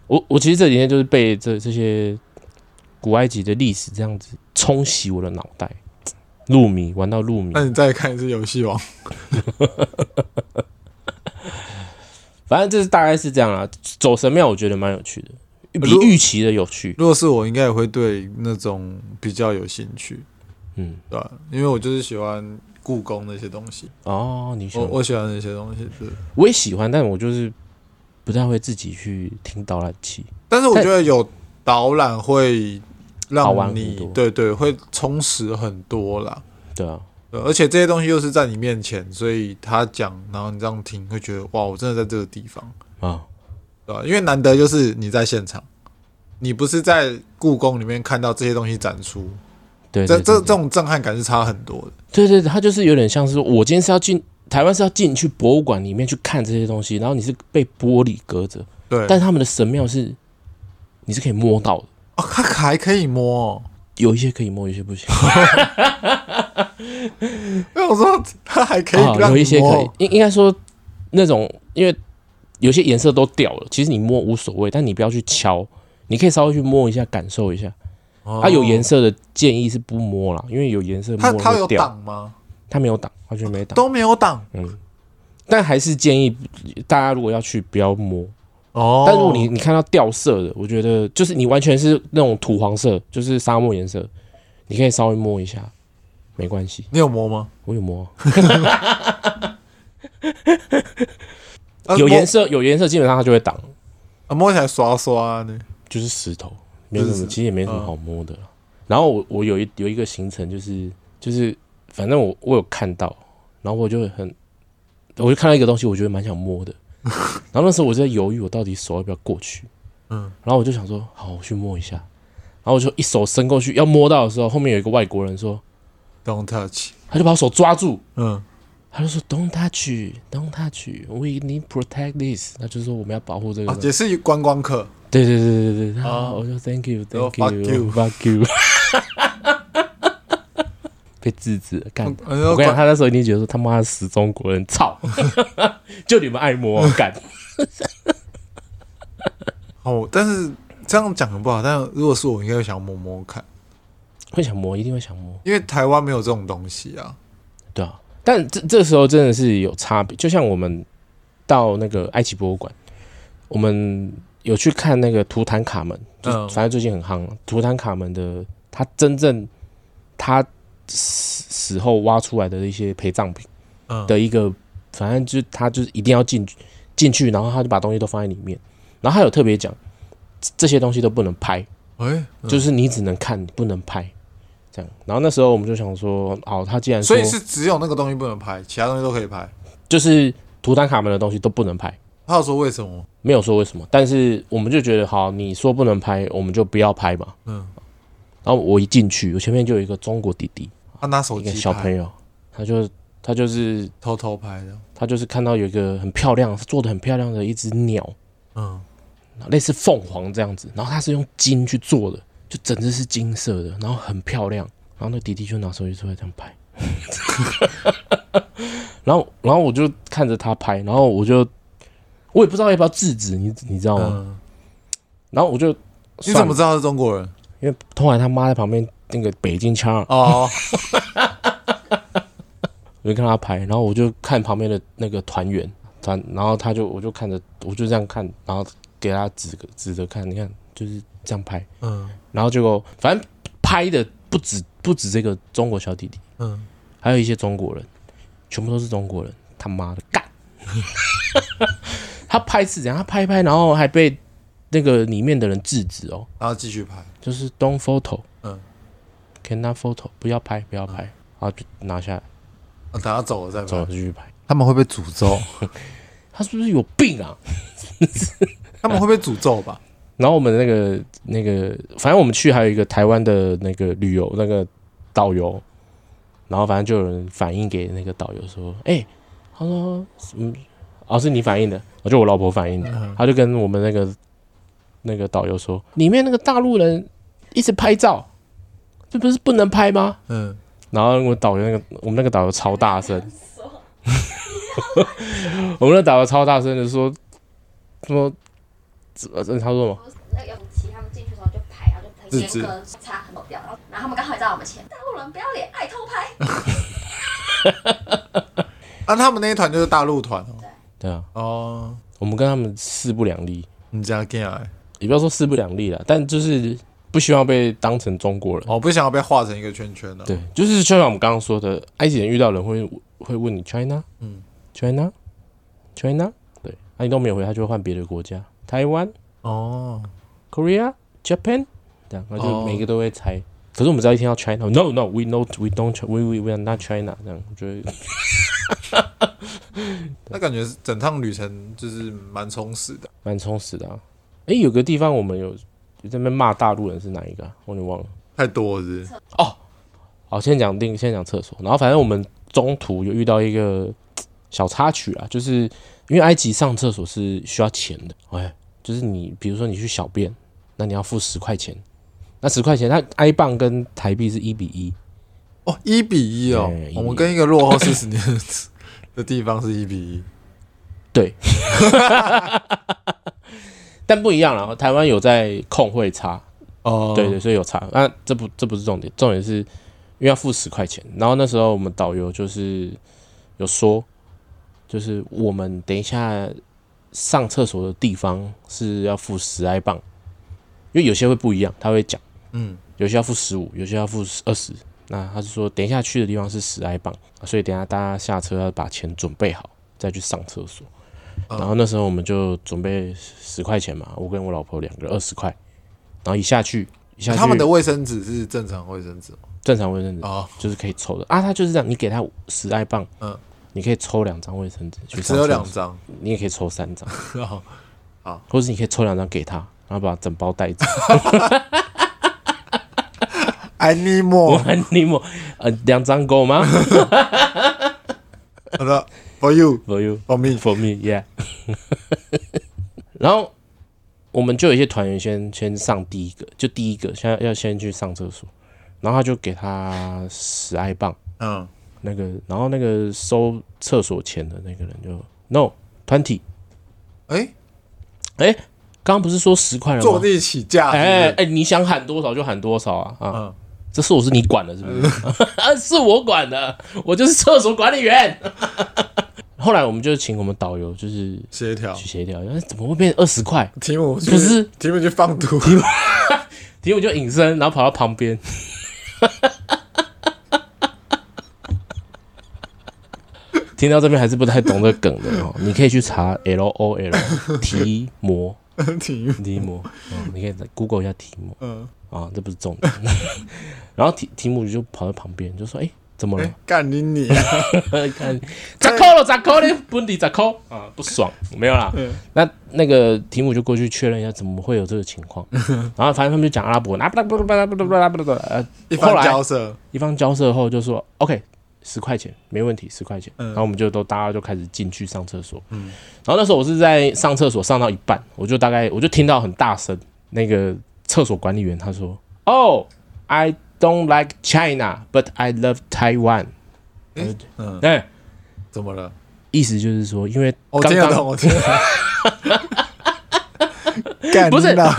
我我其实这几天就是被这这些古埃及的历史这样子冲洗我的脑袋，入迷玩到入迷，
那你再看一次游戏王，
反正就是大概是这样啦。走神庙我觉得蛮有趣的，比
如
预期的有趣。
如果是我，应该也会对那种比较有兴趣，
嗯，
对吧、因为我就是喜欢故宫那些东西，
哦，你喜
我
欢？我
我喜欢那些东西。对，
我也喜欢，但我就是不太会自己去听导览器。
但是我觉得有导览会
好玩
让
很
你
多
对对会充实很多啦。
对啊，
对，而且这些东西又是在你面前，所以他讲，然后你这样听，会觉得哇，我真的在这个地方，哦
啊，
对吧？因为难得就是你在现场，你不是在故宫里面看到这些东西展出，
对，
这
对
这
对
这种震撼感是差很多的。
对对，对它就是有点像是说我今天是要进台湾是要进去博物馆里面去看这些东西，然后你是被玻璃隔着，
对，
但他们的神庙是你是可以摸到的，
哦，它还可以摸、哦。
有一些可以摸，有一些不行，
因为我说它还可以哎让你摸，
啊、有一些可以，应应该说那种因为有些颜色都掉了，其实你摸无所谓，但你不要去敲，你可以稍微去摸一下，感受一下。
哦
它、有颜，色的建议是不摸啦，因为有颜色摸
它
了
它有
会掉，
挡吗？
它没有挡，完全没挡，
都没有挡
但还是建议大家如果要去不要摸。
哦。
但如果你你看到掉色的，我觉得就是你完全是那种土黄色，就是沙漠颜色，你可以稍微摸一下，没关系。
你有摸吗？
我有摸，
啊
有
摸
颜色，有颜色基本上它就会挡，
啊摸起来刷刷呢。
就是石头，没有
就
什
是
么，
石嗯
其实也没什么好摸的啦。然后我我有一有一个行程就是就是，反正我我有看到，然后我就很，我就看到一个东西，我觉得蛮想摸 的。然后那时候我就在犹豫，我到底手要不要过去。
嗯，
然后我就想说，好，我去摸一下。然后我就一手伸过去要摸到的时候，后面有一个外国人说，
Don't touch。
他就把我手抓住，
嗯，
他就说 Don't touch, Don't touch, we need protect this。他就说我们要保护这个
啊，。也是观光客，
对对对对对，然
啊
后我就 Thank you,
然后
Thank you, 哦 Fuck you。被制止了，干！
嗯
我跟你讲，他那时候一定觉得说他妈的死中国人，操！ 就你们爱摸 我干。
哦，但是这样讲很不好。但如果是我，应该会想摸摸看，
会想摸，一定会想摸，
因为台湾没有这种东西啊。
对啊。但这这时候真的是有差别，就像我们到那个埃及博物馆，我们有去看那个图坦卡门，就
嗯
反正最近很夯，图坦卡门的他真正他死死后挖出来的一些陪葬品
嗯，
的一个，反正就是他就是一定要进去进去，然后他就把东西都放在里面，然后他有特别讲，这这些东西都不能拍，
哎、嗯
就是你只能看，你不能拍。这样，然后那时候我们就想说，哦，他既然说
所以是只有那个东西不能拍，其他东西都可以拍。
就是图坦卡门的东西都不能拍，
他有说为什么？
没有说为什么，但是我们就觉得好，你说不能拍，我们就不要拍嘛。
嗯，
然后我一进去，我前面就有一个中国弟弟，
他拿手
一
机
个
拍，
小朋友，他就他就是
偷偷拍的。
他就是看到有一个很漂亮，做的很漂亮的一只鸟，
嗯，
类似凤凰这样子，然后它是用金去做的，就整只是金色的，然后很漂亮。然后那弟弟就拿手机出来这样拍， 然后然后我就看着他拍，然后我就我也不知道要不要制止你，你知道吗？
嗯，
然后我就
你怎
算了
么知道他是中国人？
因为通然他妈在旁边那个北京腔儿，
哦，
我就看他拍，然后我就看旁边的那个团员团，然后他就我就看着我就这样看，然后给他指个指着看，你看就是这样拍，
嗯
然后结果反正拍的不止不止这个中国小弟弟，
嗯，
还有一些中国人，全部都是中国人，他妈的干！ 他拍是怎样？他拍一拍，然后还被那个里面的人制止哦，
然后继续拍。
就是 don't photo，
嗯
，cannot photo，不要拍，不要拍，然后就拿下来，
啊、等他走了再
走
拍
了。继续拍。
他们会被诅咒，
他是不是有病啊？
他们会被诅咒吧？
然后我们那个那个，反正我们去还有一个台湾的那个旅游那个导游，然后反正就有人反映给那个导游说，哎、他说，嗯，哦，是你反映的，我就我老婆反映的，他就跟我们那个那个导游说，里面那个大陆人一直拍照，这不是不能拍吗？
嗯，
然后我导游那个我们那个导游超大 声，我们那导游超大声的说，说，呃，他说什么？
不是那个永琪他们进去的时候就拍，然后就很
制
严
止
格擦很多掉，然后然后他们刚好也在我们前面，大陆人不要脸，爱偷拍。
啊，他们那一团就是大陆团哦。
对啊。
哦，
我们跟他们势不两立，
你家欸 g a
也不要说势不两立了，但就是不希望被当成中国人。
哦，不想要被画成一个圈圈的、
对，就是就像我们刚刚说的，埃及人遇到人会会问你 China，
嗯
，China，China，对，啊那、你都没有回，他就会换别的国家，台湾、
哦，
Korea、Japan，这样，那
哦
就每个都会猜。可是我们只要一听到 China，No No，We know We don't we we we are not China，这样我觉得
那感觉整趟旅程就是蛮充实的。
蛮充实的、啊。诶，有个地方我们有有在那边骂大陆人是哪一个、啊？我有点忘了。
太多了是不是
好，先讲定，先讲厕所。然后反正我们中途有遇到一个小插曲啊，就是因为埃及上厕所是需要钱的，哎，就是你比如说你去小便，那你要付十块钱，那十块钱，它埃镑跟台币是一比一，
哦，一比一哦
对，1比一
我们跟一个落后四十年的地方是一比一。
对，但不一样了，台湾有在控会差，
哦，
对对，，所以有差。那这不这不是重点，重点是因为要付十块钱。然后那时候我们导游就是有说，就是我们等一下上厕所的地方是要付十埃镑，因为有些会不一样，他会讲，
嗯，
有些要付十五，有些要付二十。那他是说，等一下去的地方是十埃镑，所以等一下大家下车要把钱准备好，再去上厕所。
嗯
然后那时候我们就准备十块钱嘛，我跟我老婆两个二十块，然后一下去，一下去
他们的卫生纸是正常卫生纸吗
正常卫生纸
哦，
就是可以抽的啊，他就是这样，你给他十爱棒，
嗯，
你可以抽两张卫生纸去
只
上
有
厕所
两，张。
你也可以抽三张，
哦
或者你可以抽两张给他，然后把整包带走。
I need
我
more。
很你莫，呃，两张够吗？
好了，for you，for
for you
me，
for me yeah 。然后我们就有一些团员先先上第一个，就第一个先要先去上厕所，然后他就给他十爱棒，
嗯，
那个然后那个收厕所钱的那个人就 no 团体，
哎，
哎，刚刚不是说十块了
坐
吗？
地起价，
哎
哎，
哎，你想喊多少就喊多少啊啊！
嗯
这事我是你管的，是不是？ 啊，是我管的，我就是厕所管理员。 后来我们就请我们导游，就是
协调
去。协调，哎怎么会变二十块？
提姆去
不是
提姆去放毒，
结果就隐身，然后跑到旁边。听到这边还是不太懂这个梗的哦，你可以去查 L O L 提摩
提姆，
提摩，嗯，你可以在 Google 一下提摩
嗯，
啊，这不是重点。 然后提提姆就跑到旁边就说：“哎、怎么了？”
哎，干 你你啊，
看，咋扣了？咋扣呢？本地咋扣啊？不爽，没有啦。那那个题目就过去确认一下，怎么会有这个情况？然后反正他们就讲阿拉伯文，啊不啦不啦不啦不啦不啦不啦不啦，呃
一
后
番
来
交涉，
一方交涉后就说 OK，十块钱没问题，十块钱。
嗯
然后我们就都大家就开始进去上厕所。然后那时候我是在上厕所上到一半，我就大概我就听到很大声，那个厕所管理员他说：“Oh, I don't like China, but I love Taiwan。”
诶嗯，
对。
怎么了？
意思就是说，因为
我
刚
听得懂，
刚
我听得懂。 干
不是
你老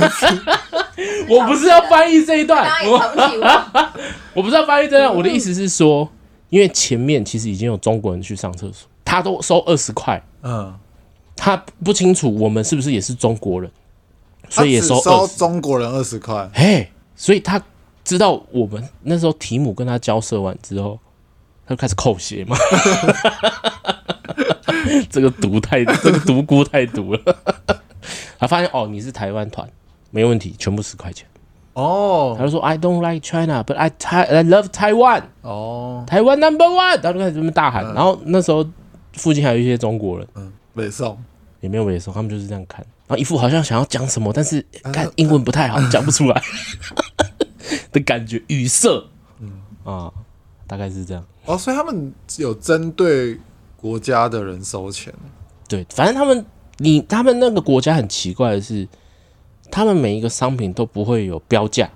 我不是要翻译这一段
刚刚，也
我
重启我，
我不是要翻译这一
嗯
段，我的意思是说，因为前面其实已经有中国人去上厕所，他都收二十块，
嗯，
他不清楚我们是不是也是中国人，所以也
他只
收
收
二十，
中国人二十块，
嘿，所以他知道我们那时候提姆跟他交涉完之后，他就开始扣鞋嘛， 这个毒太，这个毒菇太毒了，他发现哦，你是台湾团，没问题，全部十块钱。
哦
他就说 I don't like China, but I Tai I love Taiwan,
哦，
台湾 number one。然后就开始这边大喊。然后那时候附近还有一些中国人，
北宋
也没有猥琐，他们就是这样看，然后一副好像想要讲什么，但是看英文不太好，讲不出来 的感觉，语塞。啊，大概是这样。
哦，所以他们有针对国家的人收钱，
对，反正他们你他们那个国家很奇怪的是，他们每一个商品都不会有标价，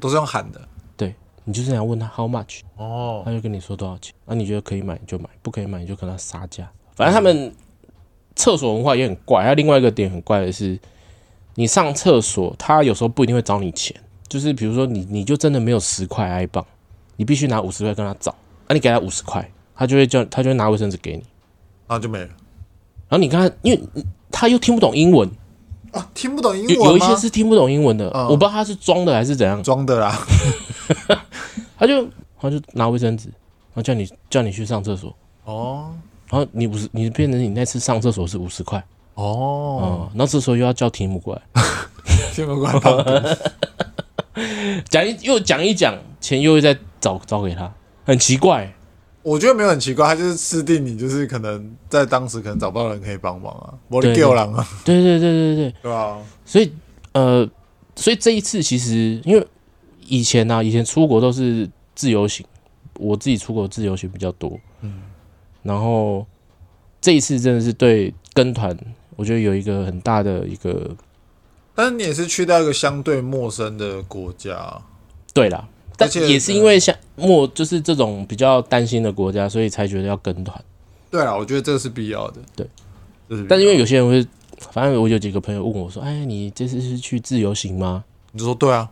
都是用喊的
对你就是想问他 how much。
哦
他就跟你说多少钱，那、你觉得可以买你就买，不可以买你就跟他杀价。反正他们厕所文化也很怪，还有另外一个点很怪的是，你上厕所他有时候不一定会找你钱，就是比如说你你就真的没有十块 i 棒，你必须拿五十块跟他找，那、你给他五十块，他就会叫他就会拿卫生纸给你，
然后就没了。
然后你跟他因为他又听不懂英文，
哦，听不懂英
有
文吗？嗯
有一些是听不懂英文的，我不知道他是装的还是怎样，
装的啦，
他就他就拿卫生纸，然后叫你叫你去上厕所。
哦
然后你五十，你变成你那次上厕所是五十块，
哦，
哦，然后这时候又要叫题目过来，
听不惯放毒，
讲一又讲一讲，钱又会再找找给他，很奇怪，
我觉得没有很奇怪，他就是吃定你，就是可能在当时可能找不到人可以帮忙啊，我的
对
救狼啊，
对对对对对，
对吧？
所以呃，所以这一次其实因为以前呢、啊，以前出国都是自由行，我自己出国自由行比较多，
嗯
然后这一次真的是对跟团，我觉得有一个很大的一个
但是你也是去到一个相对陌生的国家，
对啦，但
而且
也是因为像莫就是这种比较担心的国家，所以才觉得要跟团。
对啦，我觉得这个是必要的，
对
这是必要的，
但是因为有些人会，反正我有几个朋友问我说：“哎，你这次是去自由行吗
你就说对啊，？”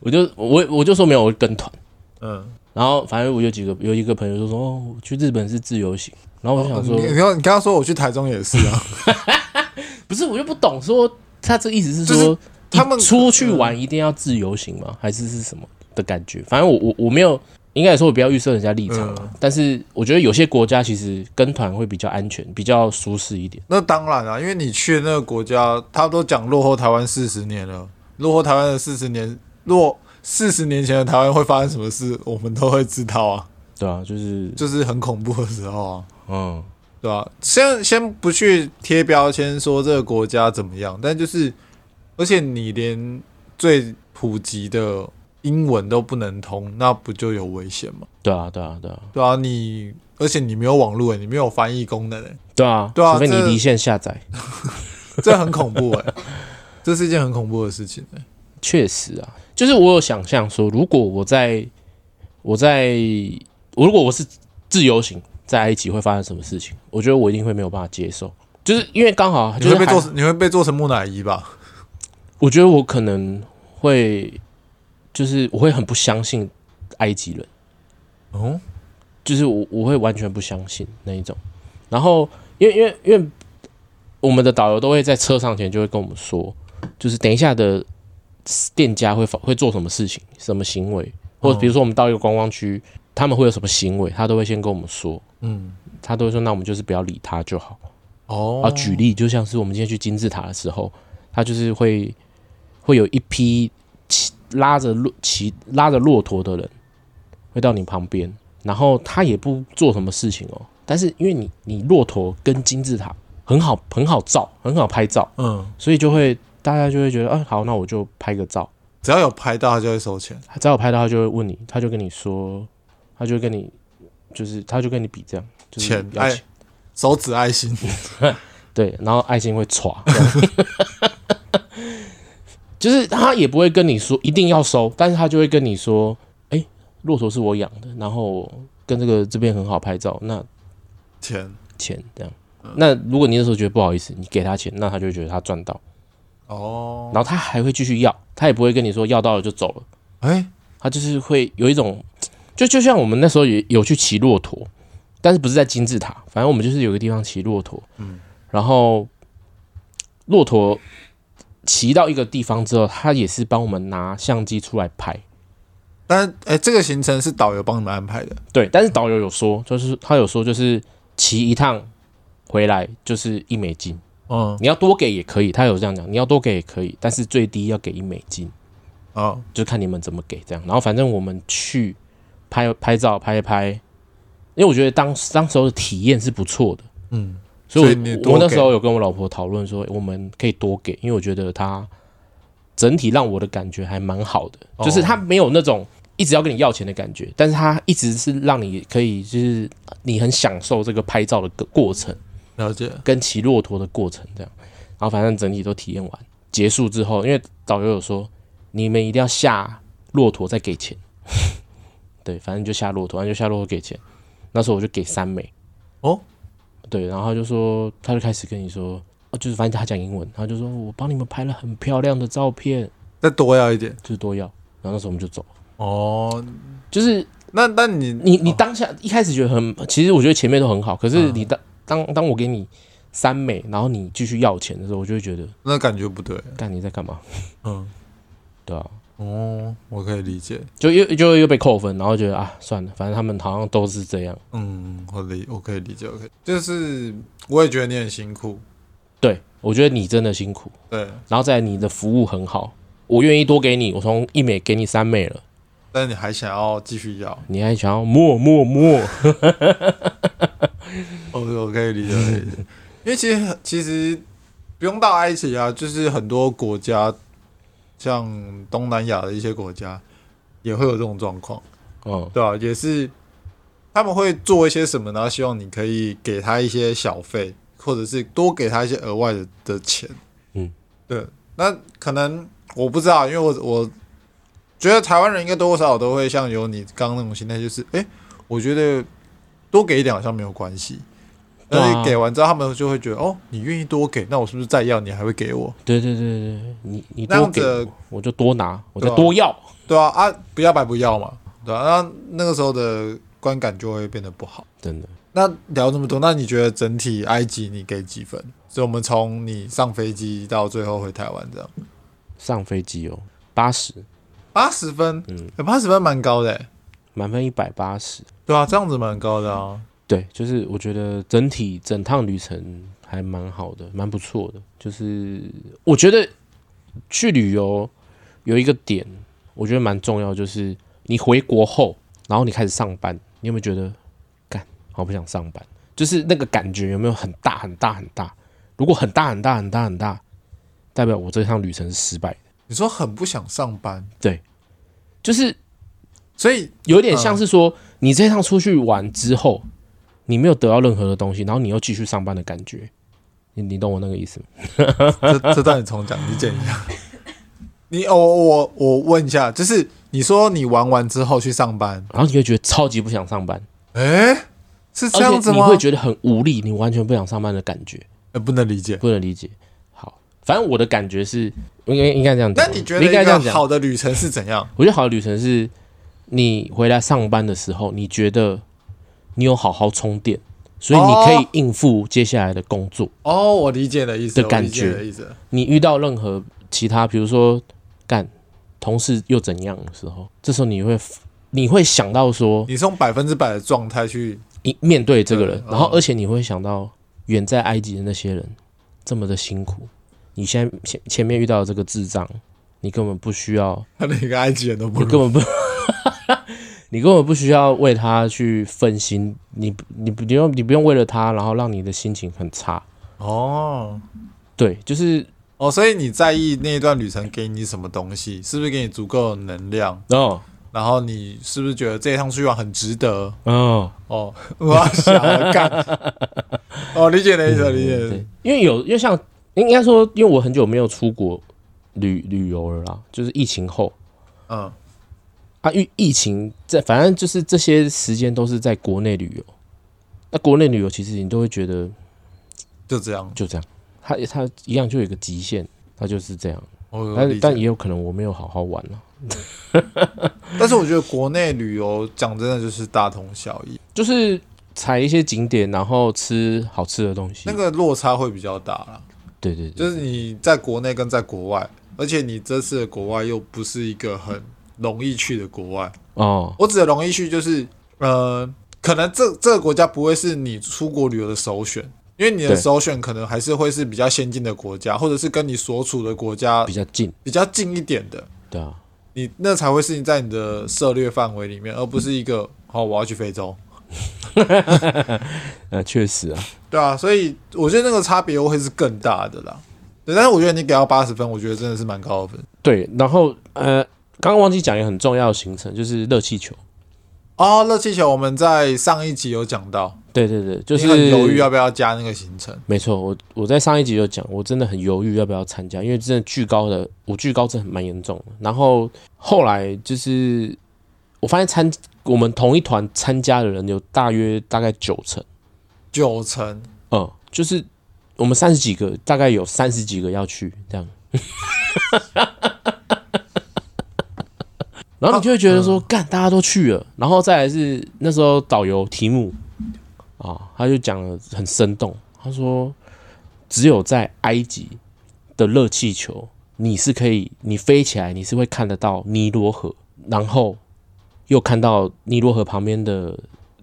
我就我我就说没有，我跟团。
嗯，
然后反正我有几个有一个朋友就说：“哦，我去日本是自由行。”然后我就想
哦你
说
你刚你刚刚说我去台中也是 啊，：“
不是，我就不懂说他这意思是
就是
说
他们嗯
一出去玩一定要自由行吗？还是是什么的感觉？反正我我我没有。”应该也说，我不要预设人家立场
嗯
啊、但是我觉得有些国家其实跟团会比较安全，比较舒适一点。
那当然啦、因为你去那个国家，他都讲落后台湾四十年了，落后台湾的四十年，落四十年前的台湾会发生什么事，我们都会知道啊，
对啊，就是
就是很恐怖的时候啊，
嗯，
对吧、先先不去贴标签说这个国家怎么样，但就是，而且你连最普及的英文都不能通，那不就有危险吗？
对啊，对啊，对啊，
对啊，你而且你没有网络、欸，你没有翻译功能、欸，
对啊，
对啊
除非你
这
离线下载，
这很恐怖哎、 这是一件很恐怖的事情、欸、
确实啊，就是我有想象说，如果我在我在我如果我是自由行在埃及会发生什么事情，我觉得我一定会没有办法接受，就是因为刚好
你
就是
会被
还
做你会被做成木乃伊吧？
我觉得我可能会就是我会很不相信埃及人。
哦，
就是我我会完全不相信那一种。然后因为因为因为我们的导游都会在车上前就会跟我们说，就是等一下的店家会发会做什么事情、什么行为，或者比如说我们到一个观光区，他们会有什么行为，他都会先跟我们说。
嗯，
他都会说，那我们就是不要理他就好。
哦，
啊，举例就像是我们今天去金字塔的时候，他就是会会有一批骑拉着骆骑拉着骆驼的人会到你旁边，然后他也不做什么事情哦，但是因为你你骆驼跟金字塔很好很好照很好拍照，
嗯，
所以就会大家就会觉得，啊，好，那我就拍个照。
只要有拍到，他就会收钱。
只要我拍到，他就会问你，他就跟你说，他就跟你就是他就跟你比这样，就是
钱
要
哎手指爱心，
对，然后爱心会歘， 就是他也不会跟你说一定要收，但是他就会跟你说，哎、骆驼是我养的，然后跟这个这边很好拍照，那
钱
钱这样。那如果你那时候觉得不好意思，你给他钱，那他就会觉得他赚到，
哦
然，后他还会继续要，他也不会跟你说要到了就走了，
哎、
他就是会有一种，就就像我们那时候也有去骑骆驼，但是不是在金字塔，反正我们就是有个地方骑骆驼，嗯，然后骆驼骑到一个地方之后，他也是帮我们拿相机出来拍，
但哎、这个行程是导游帮你们安排的，
对，但是导游有说，就是他有说就是骑一趟回来就是一美金，
嗯，
你要多给也可以，他有这样讲，你要多给也可以，但是最低要给一美金。
哦，
就看你们怎么给这样。然后反正我们去拍拍照拍一拍，因为我觉得当当时候的体验是不错的，
嗯，
所以
所以你
我
多
我那
给
时候有跟我老婆讨论说，我们可以多给，因为我觉得它整体让我的感觉还蛮好的，
哦
就是它没有那种。一直要跟你要钱的感觉，但是它一直是让你可以，就是你很享受这个拍照的个过程。
了解，
跟骑骆驼的过程这样，然后反正整体都体验完，结束之后，因为导游有说你们一定要下骆驼再给钱， 对，反正就下骆驼，反正就下骆驼给钱。那时候我就给三美，
哦，
对，然后他就说，他就开始跟你说，哦就是反正他讲英文，他就说我帮你们拍了很漂亮的照片，
再多要一点，
就是多要。然后那时候我们就走，
哦，
就是
那那你
你你当下一开始觉得很，其实我觉得前面都很好，可是你当、当当我给你三美，然后你继续要钱的时候，我就会觉得，
那感觉不对，
干你在干嘛？
嗯，
对啊，
哦，我可以理解，
就又就又被扣分，然后觉得啊，算了，反正他们好像都是这样。
嗯，我理我可以理解，OK，就是我也觉得你很辛苦，
对我觉得你真的辛苦，
对，
然后再来你的服务很好，我愿意多给你，我从一美给你三美了，
但你还想要继续要，
你还想要摸摸 摸？
我哦我可以 理解，我可以理解因为其实其实不用到埃及啊，就是很多国家，像东南亚的一些国家也会有这种状况，
嗯，
对吧、啊也是他们会做一些什么，然后希望你可以给他一些小费，或者是多给他一些额外的的钱。
嗯，
对。那可能我不知道，因为我我觉得台湾人应该多多少少都会像有你刚刚那种心态，就是诶，我觉得多给一点好像没有关系。
对啊
但是给完之后，他们就会觉得哦，你愿意多给，那我是不是再要你还会给我？
对对对对，你你
那
多
样
给
子的
我，我就多拿，我就
对啊
多要。
对啊，啊，不要白不要嘛，对啊，那那个时候的观感就会变得不好。
真的，
那聊这么多，那你觉得整体埃及你给几分？所以我们从你上飞机到最后回台湾这样，
上飞机哦，八十
八十分，嗯，八十分蛮高的、欸，
满分一百八十，
对啊，这样子蛮高的啊。
对，就是我觉得整体整趟旅程还蛮好的，蛮不错的。就是我觉得去旅游有一个点，我觉得蛮重要，就是你回国后，然后你开始上班，你有没有觉得干好不想上班？就是那个感觉有没有很大很大很大？如果很大很大很大很大，代表我这趟旅程是失败的。
你说很不想上班，
对，就是
所以
有点
嗯
像是说，你这趟出去玩之后，你没有得到任何的东西，然后你又继续上班的感觉。你你懂我那个意思吗？
这 这段你重讲，你剪一下。 你哦，我我问一下，就是你说你玩完之后去上班，
然后你会觉得超级不想上班，
哎、是这
而
样子
且
吗？
你会觉得很无力，你完全不想上班的感觉，
呃不能理解。
不能理解。好，反正我的感觉是，应该应该这样
那
讲。
你觉得
应该
一
这样
个
讲？
好的旅程是怎样？
我觉得好的旅程是，你回来上班的时候，你觉得你有好好充电，所以你可以
哦
应付接下来的工作。
哦，我理解的意思，
的感觉
我理解的意思。
你遇到任何其他，比如说干同事又怎样的时候，这时候你会你会想到说，
你是用百分之百的状态去，
你面对这个人，
对
然后
嗯
而且你会想到远在埃及的那些人这么的辛苦，你现在前前面遇到的这个智障，你根本不需要，
连个埃及人都不
你
如。
根本不。 你根本不需要为他去分心，你不你不你用你不用为了他，然后让你的心情很差。
哦
对，就是
哦，所以你在意那一段旅程给你什么东西？是不是给你足够的能量？
哦
然后你是不是觉得这一趟出去玩很值得？
哦，
哦，我要想了干。哦，理解你的意思，理解你的意思
对。，因为有，因为像应该说，因为我很久没有出国旅旅游了啦，就是疫情后
嗯，
啊，疫疫情在，反正就是这些时间都是在国内旅游。那国内旅游其实你都会觉得
就这样。
就这样，它它一样就有一个极限，它就是这样。
我有理
但
解
但也有可能我没有好好玩啊了、
但是我觉得国内旅游讲真的就是大同小异，
就是踩一些景点，然后吃好吃的东西。
那个落差会比较大啦。
对对对，
就是你在国内跟在国外，而且你这次的国外又不是一个很容易去的国外。
哦，
我指的容易去就是，呃，可能这这个国家不会是你出国旅游的首选，因为你的
对
首选可能还是会是比较先进的国家，或者是跟你所处的国家
比较近，
比较近一点的，
对啊，
你那才会是你在你的策略范围里面，而不是一个哦，我要去非洲。
呃，确实啊，
对啊，所以我觉得那个差别会是更大的啦。对，但是我觉得你给到八十分，我觉得真的是蛮高的分
对。然后呃，刚刚忘记讲一个很重要的行程，就是热气球。
哦。热气球我们在上一集有讲到，
对对对，就
就是很犹豫要不要加那个行程。
没错，我我在上一集有讲，我真的很犹豫要不要参加，因为真的巨高的，我巨高真的蛮严重的。然后后来就是我发现参我们同一团参加的人有大约大概九成，
九成，
嗯，就是我们三十几个，大概有三十几个要去这样。然后你就会觉得说，干、大家都去了，然后再来是那时候导游题目啊、他就讲的很生动，他说只有在埃及的热气球，你是可以，你飞起来你是会看得到尼罗河，然后又看到尼罗河旁边的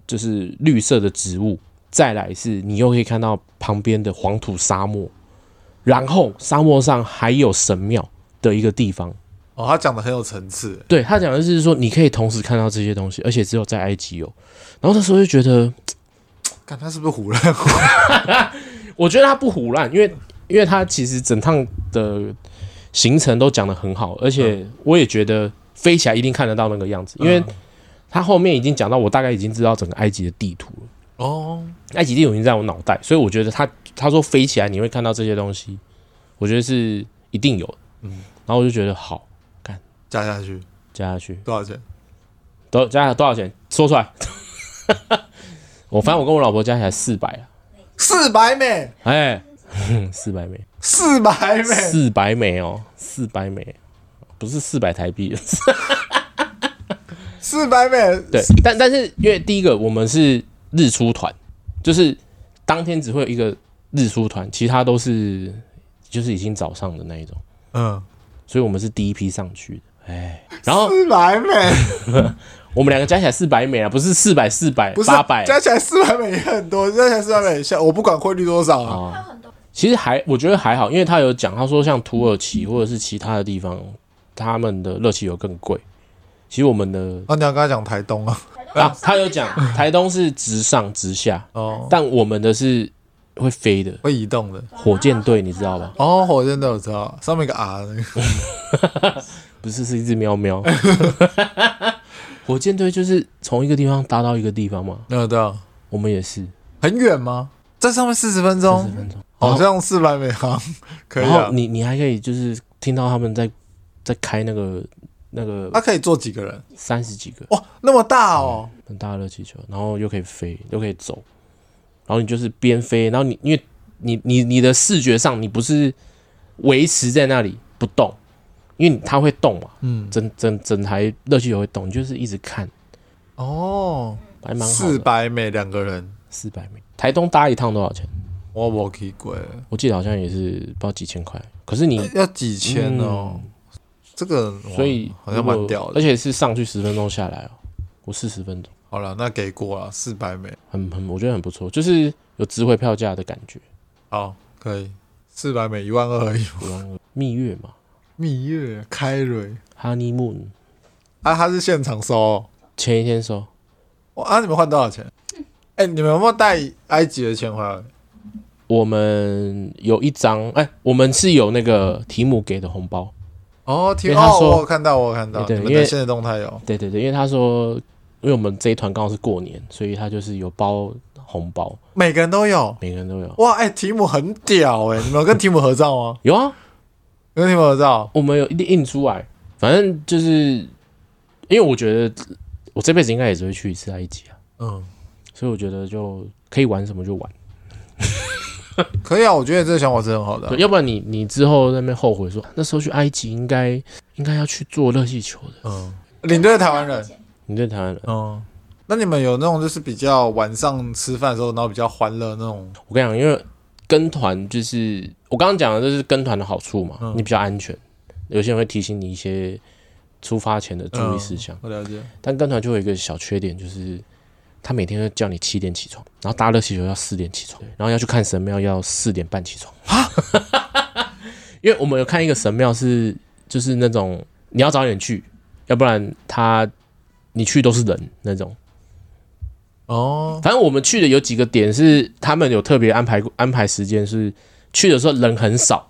就是绿色的植物，再来是你又可以看到旁边的黄土沙漠，然后沙漠上还有神庙的一个地方。
哦，他讲的很有层次。
对他讲的是说，你可以同时看到这些东西，而且只有在埃及有。然后那时候就觉得，
看他是不是胡乱？
我觉得他不胡乱，因为因为他其实整趟的行程都讲得很好，而且我也觉得飞起来一定看得到那个样子，因为他后面已经讲到，我大概已经知道整个埃及的地图了。
哦，
埃及地图已经在我脑袋，所以我觉得他他说飞起来你会看到这些东西，我觉得是一定有的。嗯，然后我就觉得好
加下去
加下去，
多少钱？
多加起来多少钱？说出来。 我反正我跟我老婆加起来四百了，
四百美，
哎， 四百美，
四百美，
四百美哦，四百美，不是四百台币，
四百美。
对，但但是因为第一个我们是日出团，就是当天只会有一个日出团，其他都是就是已经早上的那一种。
嗯，
所以我们是第一批上去的。哎，然后
四百美
我们两个加起来四百美啊，不是四百四百
不是啊
八百，
加起来四百美也很多，加起来四百美，像我不管汇率多少啊。
哦
还有很多
其实还我觉得还好，因为他有讲，他说像土耳其或者是其他的地方，他们的热气油更贵。其实我们的
啊，你要跟他讲台东啊？
啊，他有 讲台东是直上直下，
哦，
但我们的是会飞的。
会移动的。哦
火箭队你知道吧？
哦，火箭队我知道，上面一个 R 的那个。
不不是是一只喵 喵。火箭队就是从一个地方搭到一个地方嘛，
那对啊，
我们也是
很远吗？在上面四十分
四十
钟，
分钟，
好像是来美航 可以
然后
啊。
你你还可以就是听到他们在在开那个那个
它可以坐几个人？
三十几个
哇，那么大哦！
很大的热气球，然后又可以飞又可以走，然后你就是边飞，然后你因为你你你的视觉上你不是维持在那里不动，因为你它会动嘛，
嗯，
整整整台热气球会动，你就是一直看，
哦，
还蛮好
四
的。
百美两个人，
四百米，台东搭一趟多少钱？
我我去过，
我记得好像也是不知道几千块，可是你
要几千哦。这个哇
所嗯以
好像
如
蛮
果
屌
而
的。
且是上去十分钟下来哦，我四十分钟，
好了，那给过了四百美，
很很我觉得很不错，就是有值回票价的感觉。
好，可以四百美一万二而已。
不用了蜜月嘛
蜜月开蕊
，Honey Moon，
啊，他是现场收哦。
前一天收
哇啊，你们换多少钱？哎、你们有没有带埃及的钱回来？
我们有一张，哎，我们是有那个提姆给的红包，
哦，听
因为他
哦，
说
我有看到，我有看到，
对对
你们
因
的
为
现在动态有
对对对，因为他说，因为我们这一团刚好是过年，所以他就是有包红包，
每个人都有。
每个人都有。
哇，哎、提姆很屌哎、你们有跟提姆合照吗？
有啊，
有跟提姆合照？
我们有印印出来，反正就是因为我觉得我这辈子应该也只会去一次埃及啊，
嗯，
所以我觉得就可以玩什么就玩，
可以啊，我觉得这个想法是很好的啊、
对要不然你你之后在那边后悔说那时候去埃及应该应该要去做热气球的。
嗯，领队台湾
哎
人。
你对台湾人，
嗯，那你们有那种就是比较晚上吃饭的时候，然后比较欢乐那种？
我跟你讲，因为跟团就是我刚刚讲的，就是跟团的好处嘛，
嗯
你比较安全，有些人会提醒你一些出发前的注意事项，
嗯我了解。
但跟团就有一个小缺点，就是他每天都叫你七点起床，然后搭热气球要四点起床，然后要去看神庙要四点半起床。
啊
因为我们有看一个神庙是就是那种你要早点去，要不然他你去都是人那种。
哦，
反正我们去的有几个点是他们有特别安排过安排时间，是去的时候人很少，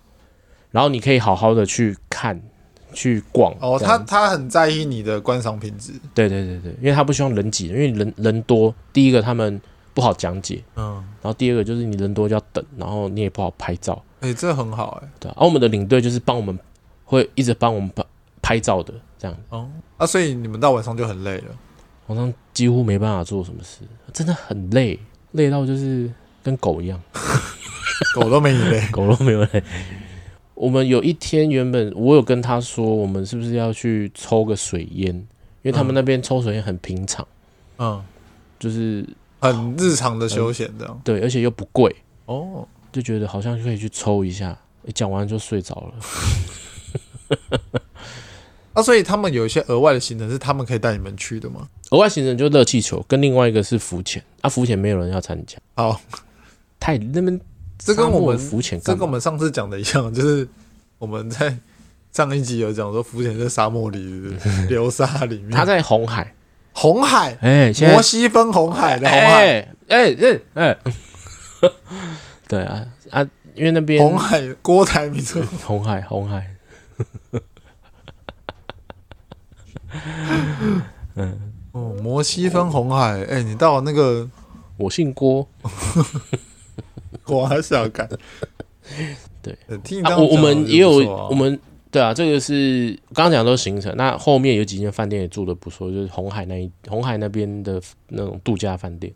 然后你可以好好的去看、去逛。
哦，
这
他
样
他很在意你的观赏品质。
对对对对，因为他不希望人挤，因为人人多，第一个他们不好讲解，
嗯，
然后第二个就是你人多就要等，然后你也不好拍照，
哎、这很好哎、
对啊。而、我们的领队就是帮我们会一直帮我们拍拍照的，这样
哦，啊，所以你们到晚上就很累了。
好像几乎没办法做什么事，真的很累，累到就是跟狗一样。。
狗都没你累
狗都没有来。我们有一天原本我有跟他说，我们是不是要去抽个水烟？因为他们
嗯
那边抽水烟很平常，
嗯，
就是
很日常的休闲这样。
对，而且又不贵，
哦，
就觉得好像可以去抽一下。诶讲完就睡着了，
啊，所以他们有一些额外的行程是他们可以带你们去的吗？
额外行程就热气球，跟另外一个是浮潜。啊，浮潜没有人要参加，
好，
太那边
这跟我
沙漠
们
浮潜
这
干
跟我
嘛？
们上次讲的一样，就是我们在上一集有讲说浮潜在沙漠里、 流沙里面，
他在红海，
红海、
哎、现在
摩西分红海的红海、
哎哎哎哎， 对啊啊，因为那边
红海郭台铭说
红海，红海。
哦，摩西分红海，哎、你到那个
我姓郭，
华小感，
对
呃，听你这
啊、
样
我我
讲
们也有
觉得不错啊
我们对啊，这个是刚刚讲的都是行程，那后面有几间饭店也住的不错，就是红海那一红海那边的那种度假饭店，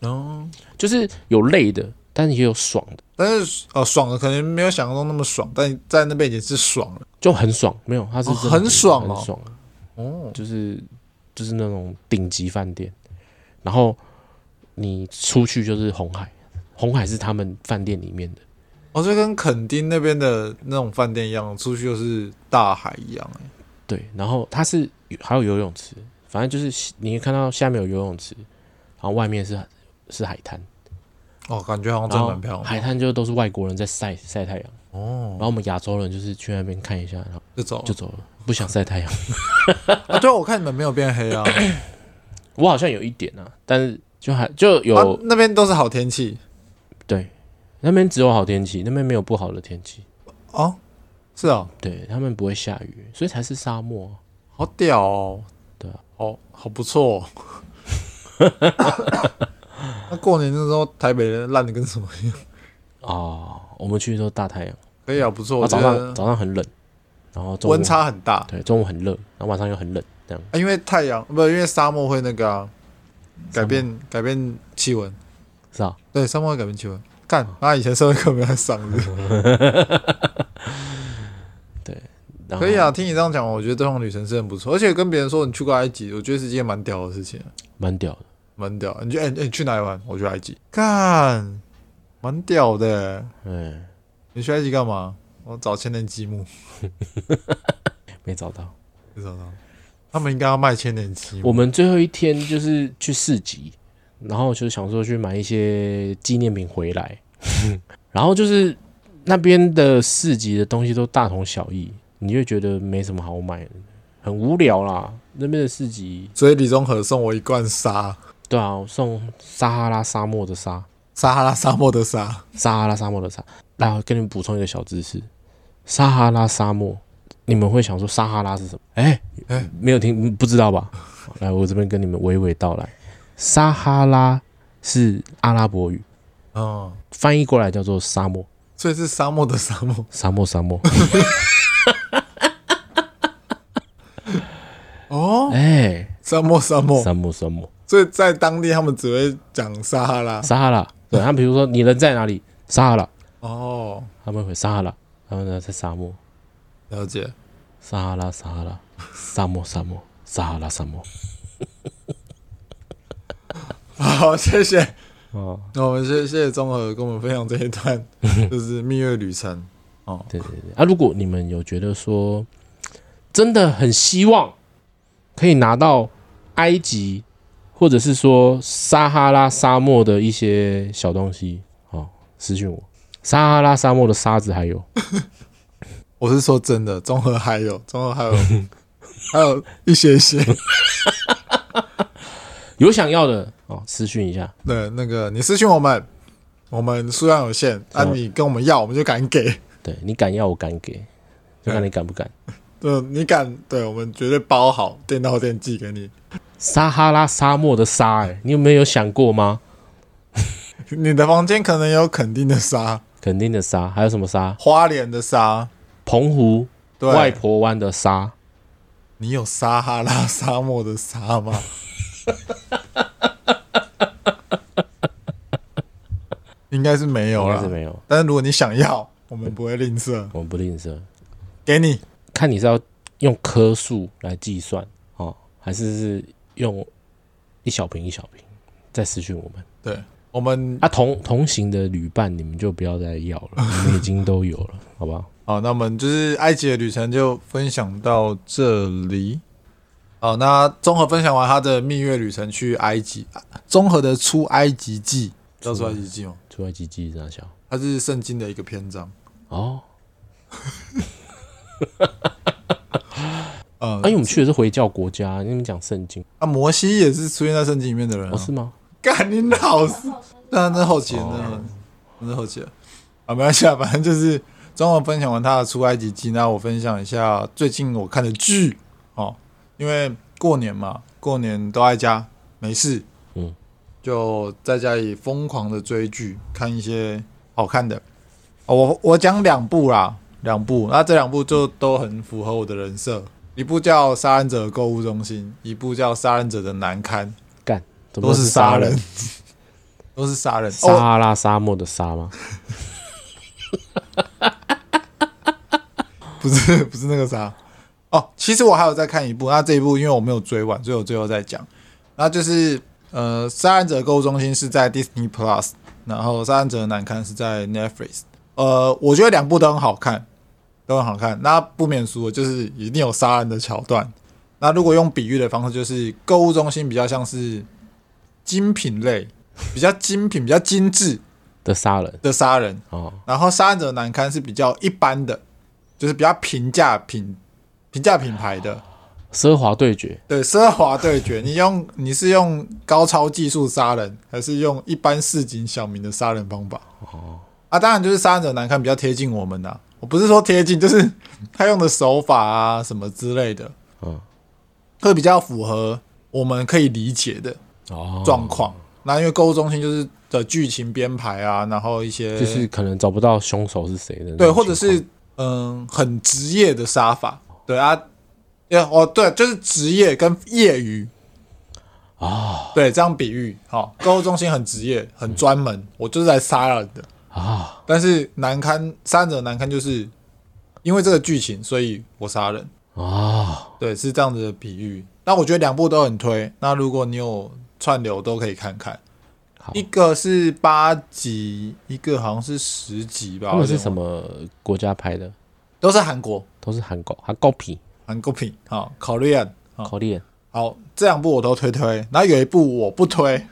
哦，
就是有累的，但也有爽的，
但是哦，爽的可能没有想象中那么爽，但在那边也是爽了。
就很爽，没有，它是
哦
真的
很爽哦
很爽啊，
哦，
就是就是那种顶级饭店，然后你出去就是红海，红海是他们饭店里面的，
哦，就跟垦丁那边的那种饭店一样，出去就是大海一样、欸。
对，然后它是有还有游泳池，反正就是你可以看到下面有游泳池，然后外面是是海滩。
哦，感觉好像真
然
的
后
蛮漂亮
海
的。
滩就都是外国人在晒晒太阳，然
哦，
后我们亚洲人就是去那边看一下，然后
就走了
就走了，不想晒太阳。
啊！对啊，我看你们没有变黑啊，
我好像有一点啊，但是就还 就有、
啊那边都是好天气
对，那边只有好天气，那边没有不好的天气。
哦。是啊，
对他们不会下雨，所以才是沙漠啊。
好屌哦，
对啊，
好好不错、哦。 那过年的时候，台北人烂的跟什么一样？
哦，我们去都大太阳，
可以啊，不错。
啊、
我觉
早上
得
早上很冷，然后中午
温差很大，
对中午很热，然后晚上又很冷，这样
啊因为太阳不，因为沙漠会那个啊、改变改变气温。
是啊。
对，沙漠会改变气温。干，那以前社会课没在上
哦
的。
然后
可以啊，，听你这样讲，我觉得这种旅程是很不错。而且跟别人说你去过埃及，我觉得是一件蛮屌的事情啊，
蛮屌的。
蛮屌。你就哎、哎你去哪里玩？我去埃及，干，蛮屌的。
嗯，
你去埃及干嘛？我找千年积木，
没找到。
你知道吗？他们应该要卖千年积木。
我们最后一天就是去市集，然后就想说去买一些纪念品回来，然后就是那边的市集的东西都大同小异，你就会觉得没什么好买的，很无聊啦。那边的市集，
所以李宗和送我一罐沙，
对啊，送撒哈拉沙漠的沙，
撒哈拉沙漠的沙，
撒哈拉沙漠的沙。来，我跟你们补充一个小知识：撒哈拉沙漠，你们会想说撒哈拉是什么？哎、
哎
没有听，不知道吧？来，我这边跟你们娓娓道来。撒哈拉是阿拉伯语，
嗯，
翻译过来叫做沙漠，
所以是沙漠的沙 漠。
沙漠，沙漠。
哦，
哎、
沙漠沙漠，
沙漠，沙漠，
所以在当地他们只会讲撒哈拉。
撒哈拉。对，他们比如说你人在哪里？撒哈拉，
哦，
他们会撒哈拉，他们呢在沙漠，
了解。
撒哈拉，撒哈拉，沙漠，沙漠，撒哈拉沙漠。
好， 谢谢。
哦，
那我们谢谢谢综合跟我们分享这一段， 就是蜜月旅程。哦，
对对对啊！如果你们有觉得说，真的很希望可以拿到埃及或者是说撒哈拉沙漠的一些小东西，哦，私信我。撒哈拉沙漠的沙子还有，
我是说真的，综合还有，综合还有， 还有一些些。
有想要的哦，私信一下。
对，那个你私信我们，我们数量有限，那、
嗯
你跟我们要，我们就敢给。
对你敢要，我敢给，就看你敢不敢。
对，你敢，对我们绝对包好，店到店寄给你。
撒哈拉沙漠的沙、哎，你有没有想过吗？
你的房间可能有垦丁的沙、
肯定的沙，还有什么沙？
花莲的沙，
澎湖
对，
外婆湾的沙，
你有撒哈拉沙漠的沙吗？ 应该是没有
应该
啦
是。没有，
但是如果你想要，我们不会吝啬，
我们不吝啬。
给你。
看你是要用颗数来计算哦，还是是用一小瓶一小瓶再私讯我们
对我们
啊。同同行的旅伴，你们就不要再要 了，你们已经都有了，好不好？
好，那我们就是埃及的旅程就分享到这里。好，那综合分享完他的蜜月旅程去埃及，啊综合的出埃及记，知道出埃及记吗？
出来几集大小
它是圣经的一个篇章。
哦。
呃，
哎、因为我们去的是回教国家，你们讲圣经
啊，摩西也是出现在圣经里面的人、啊。
哦，是吗？
干你老师，那那后期，那那后期了啊，没关系啊， 反正就是中文分享完他的出埃及记，那我分享一下最近我看的剧哦，因为过年嘛，过年都在家没事，
嗯，
就在家里疯狂的追剧，看一些好看的。哦、我我讲两部啦，两部，那这两部就都很符合我的人设，一部叫《杀人者的购物中心》，一部叫《杀人者的难堪》。
怎么
都是杀人
人？，
都是杀人。
撒
哦，
哈拉沙漠的沙吗？
不是 不是那个杀。哦，其实我还有在看一部，那这一部因为我没有追完，所以我最后再讲。那就是呃，《杀人者购物中心》是在 Disney Plus，然后《杀人者的难堪》是在 Netflix。呃，我觉得两部都很好看，都很好看。那不免俗，就是一定有杀人的桥段。那如果用比喻的方式，就是购物中心比较像是精品类，比较精品、比较精致
的杀人
的杀人。
哦，
然后杀人者难堪是比较一般的，就是比较平价品平价品牌的。
奢华对决
对，奢华对决，你用你是用高超技术杀人，还是用一般市井小民的杀人方法？哦，啊，当然就是杀人者难堪比较贴近我们呐、我不是说贴近，就是他用的手法啊什么之类的，
嗯，
会比较符合我们可以理解的
哦，
状况。那因为购物中心就是的剧情编排啊，然后一些
就是可能找不到凶手是谁的那种情况，
对，或者是嗯很职业的杀法，对啊，也哦对，就是职业跟业余
啊
对这样比喻，好、购物中心很职业，很专门，我就是来杀人的。
啊，
但是难堪杀人者难堪，就是因为这个剧情，所以我杀人。
啊，
对，是这样子的比喻。那我觉得两部都很推。那如果你有串流，都可以看看
好。
一个是八集，一个好像是十集吧。
他们是
我有点
什
忘了？
么国家拍的？
都是韩国，
都是韩国韩国片，
韩国品。好，Korean。好
口令
好，这两部我都推推。然后有一部我不推，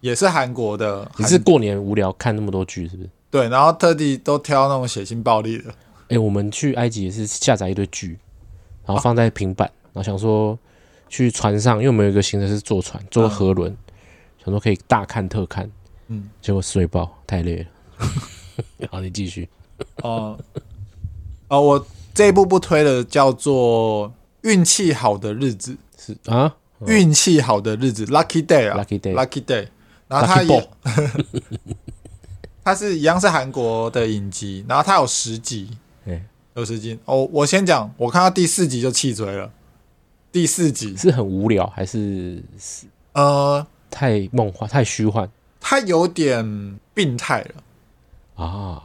也是韩国的。
你
韩
是过年无聊看那么多剧是不是？
对，然后特地都挑那种血腥暴力的。
哎、我们去埃及也是下载一堆剧，然后放在平板，
啊
然后想说去船上，因为我们有一个行程是坐船，坐河轮，想说可以大看特看，
啊嗯，
结果睡爆，太累 了。好，你继续。
哦、哦，我这一部不推的叫做《运气好的日子》。
是啊
运气好的日子，lucky day 啊
Lucky day
lucky day，然后它
Lucky
也， 它是一样是韩国的影集，然后它有十集
哎，
有十集。哦，我先讲，我看到第四集就气嘴了。第四集，
是很无聊还是是
呃，
太梦幻、太虚幻
它有点病态了，
啊？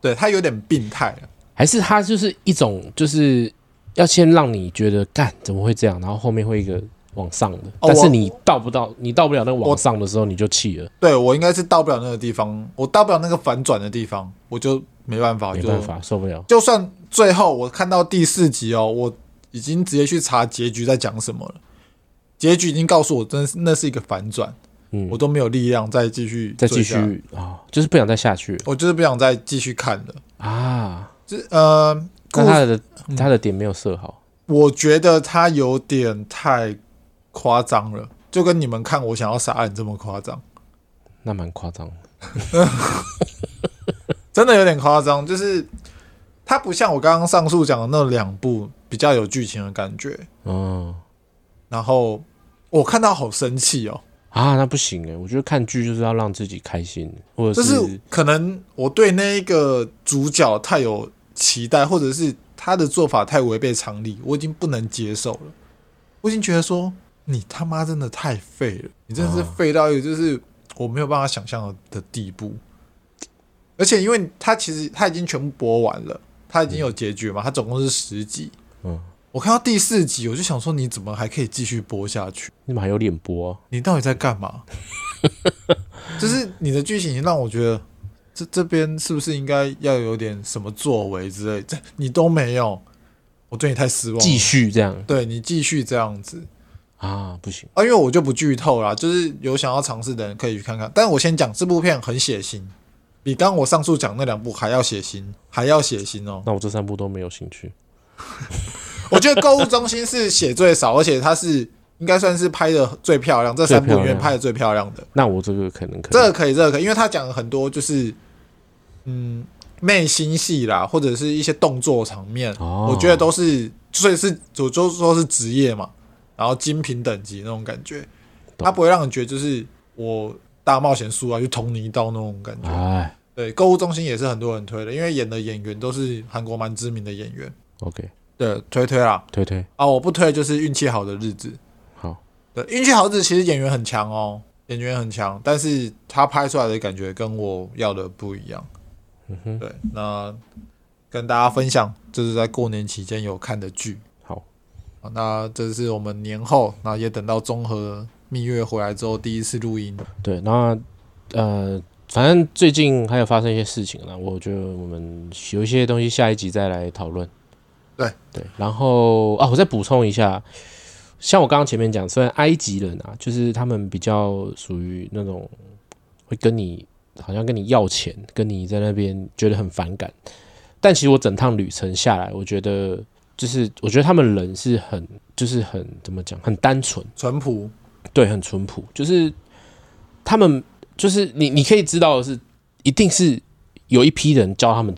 对，它有点病态了，
还是它就是一种就是要先让你觉得干怎么会这样，然后后面会一个往上的，
哦
但
我
是你到不到，你到不了那个
我
往上的时候你就气了，
对我应该是到不了那个地方，我到不了那个反转的地方，我就没办法，我
没
就
办法，受不了。
就算最后我看到第四集哦，我已经直接去查结局在讲什么了，结局已经告诉我，真是那是一个反转，
嗯
我都没有力量再继续
再继
追下去，
续啊、就是不想再下去
我就是不想再继续看了。
啊。
这呃，故
那他的他的点没有设好，
我觉得他有点太夸张了，就跟你们看我想要杀人这么夸张，
那蛮夸张的。
真的有点夸张，就是它不像我刚刚上述讲的那两部比较有剧情的感觉，
嗯
然后我看到好生气哦。
啊，那不行哎，我觉得看剧就是要让自己开心，或者
就是是可能我对那一个主角太有期待，或者是他的做法太违背常理，我已经不能接受了。我已经觉得说你他妈真的太废了，你真的是废到一个就是我没有办法想象的地步。而且因为他其实他已经全部播完了，他已经有结局嘛，他总共是十集。
嗯，
我看到第四集，我就想说你怎么还可以继续播下去？
你们还有脸播、啊，
你到底在干嘛？ 就是你的剧情已经让我觉得，这这边是不是应该要有点什么作为之类？这你都没有，我对你太失望了。
继续这样
对你继续这样子
啊，不行
啊，因为我就不剧透啦，就是有想要尝试的人可以去看看。但我先讲，这部片很血腥，比刚刚我上述讲那两部还要血腥，还要血腥哦。
那我这三部都没有兴趣。
我觉得购物中心是血最少，而且它是应该算是拍的最漂亮，这三部里
最漂
面
亮
拍的最漂亮的。
那我这个可能可以
这个可以，这个可以，因为他讲了很多就是嗯内心戏啦，或者是一些动作场面，
哦
我觉得都是，所以是我就说是职业嘛，然后精品等级那种感觉，
懂
他不会让你觉得就是我大冒险输啊，去捅你一刀那种感觉。
哎
对，购物中心也是很多人推的，因为演的演员都是韩国蛮知名的演员。
，OK，
对，推推啦
推推
啊！我不推就是运气好的日子。
好
对，运气好日子其实演员很强哦，演员很强，但是他拍出来的感觉跟我要的不一样。嗯
哼
对，那跟大家分享，这是在过年期间有看的剧。
好，
好那这是我们年后，那也等到综合蜜月回来之后第一次录音。
对，那呃，反正最近还有发生一些事情啦，我觉得我们有一些东西下一集再来讨论。
对
对，然后啊，我再补充一下，像我刚刚前面讲，虽然埃及人啊，就是他们比较属于那种会跟你好像跟你要钱，跟你在那边觉得很反感，但其实我整趟旅程下来，我觉得就是我觉得他们人是很就是很怎么讲，很单纯。
淳朴，
对，很淳朴，就是他们就是你你可以知道的是，一定是有一批人教他们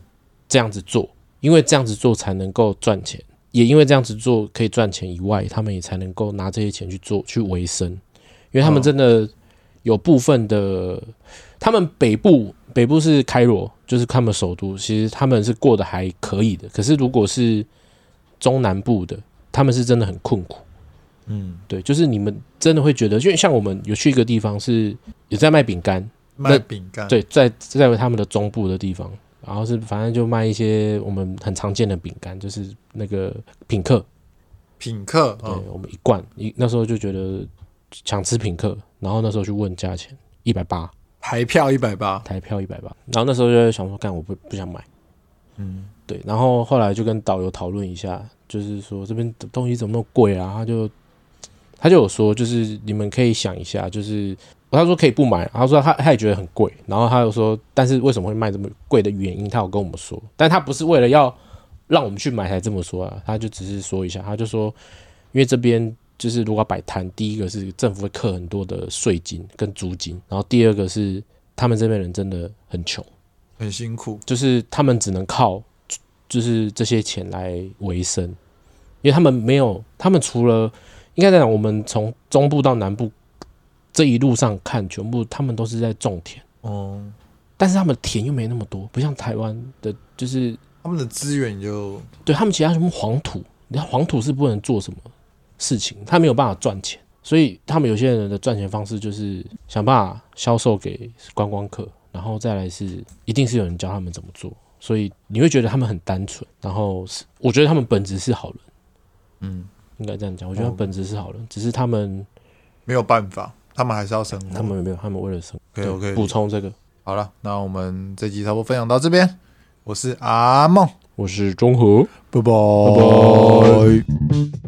这样子做，因为这样子做才能够赚钱，也因为这样子做可以赚钱以外，他们也才能够拿这些钱去做去维生，因为他们
嗯
真的有部分的，他们北部北部是开罗，就是他们首都，其实他们是过得还可以的，可是如果是中南部的，他们是真的很困苦。
嗯，
对，就是你们真的会觉得，因为像我们有去一个地方是有在卖饼干，
卖饼干，，
对，在在他们的中部的地方，然后是反正就卖一些我们很常见的饼干，就是那个品客，
品客，
对、
嗯，
我们一罐，一那时候就觉得想吃品客，然后那时候去问价钱，一百八
台票一百八，
台票一百八，啊然后那时候就在想说，干我不不想买，嗯，对，然后后来就跟导游讨论一下，就是说这边东西怎么那么贵啊，他就他就有说，就是你们可以想一下，就是他说可以不买，他说他他也觉得很贵，然后他又说，但是为什么会卖这么贵的原因，他有跟我们说，但他不是为了要让我们去买才这么说啊，他就只是说一下，他就说，因为这边就是如果要摆摊，第一个是政府会扣很多的税金跟租金，然后第二个是他们这边人真的很穷，
很辛苦，
就是他们只能靠就是这些钱来维生，因为他们没有，他们除了应该在讲，我们从中部到南部这一路上看，全部他们都是在种田，
哦，
但是他们田又没那么多，不像台湾的，就是
他们的资源就
对他们其他什么黄土，你看黄土是不能做什么事情，他没有办法赚钱，所以他们有些人的赚钱方式就是想办法销售给观光客，然后再来是一定是有人教他们怎么做，所以你会觉得他们很单纯，然后是我觉得他们本质是好人，
嗯
应该这样讲，我觉得他们
哦
本质是好人，只是他们
没有办法，他们还是要生活。
他们没有他们为了生
可以
对
OK，
补充这个，
好了，那我们这集差不多分享到这边，我是阿梦，
我是中和。
拜拜
拜
拜。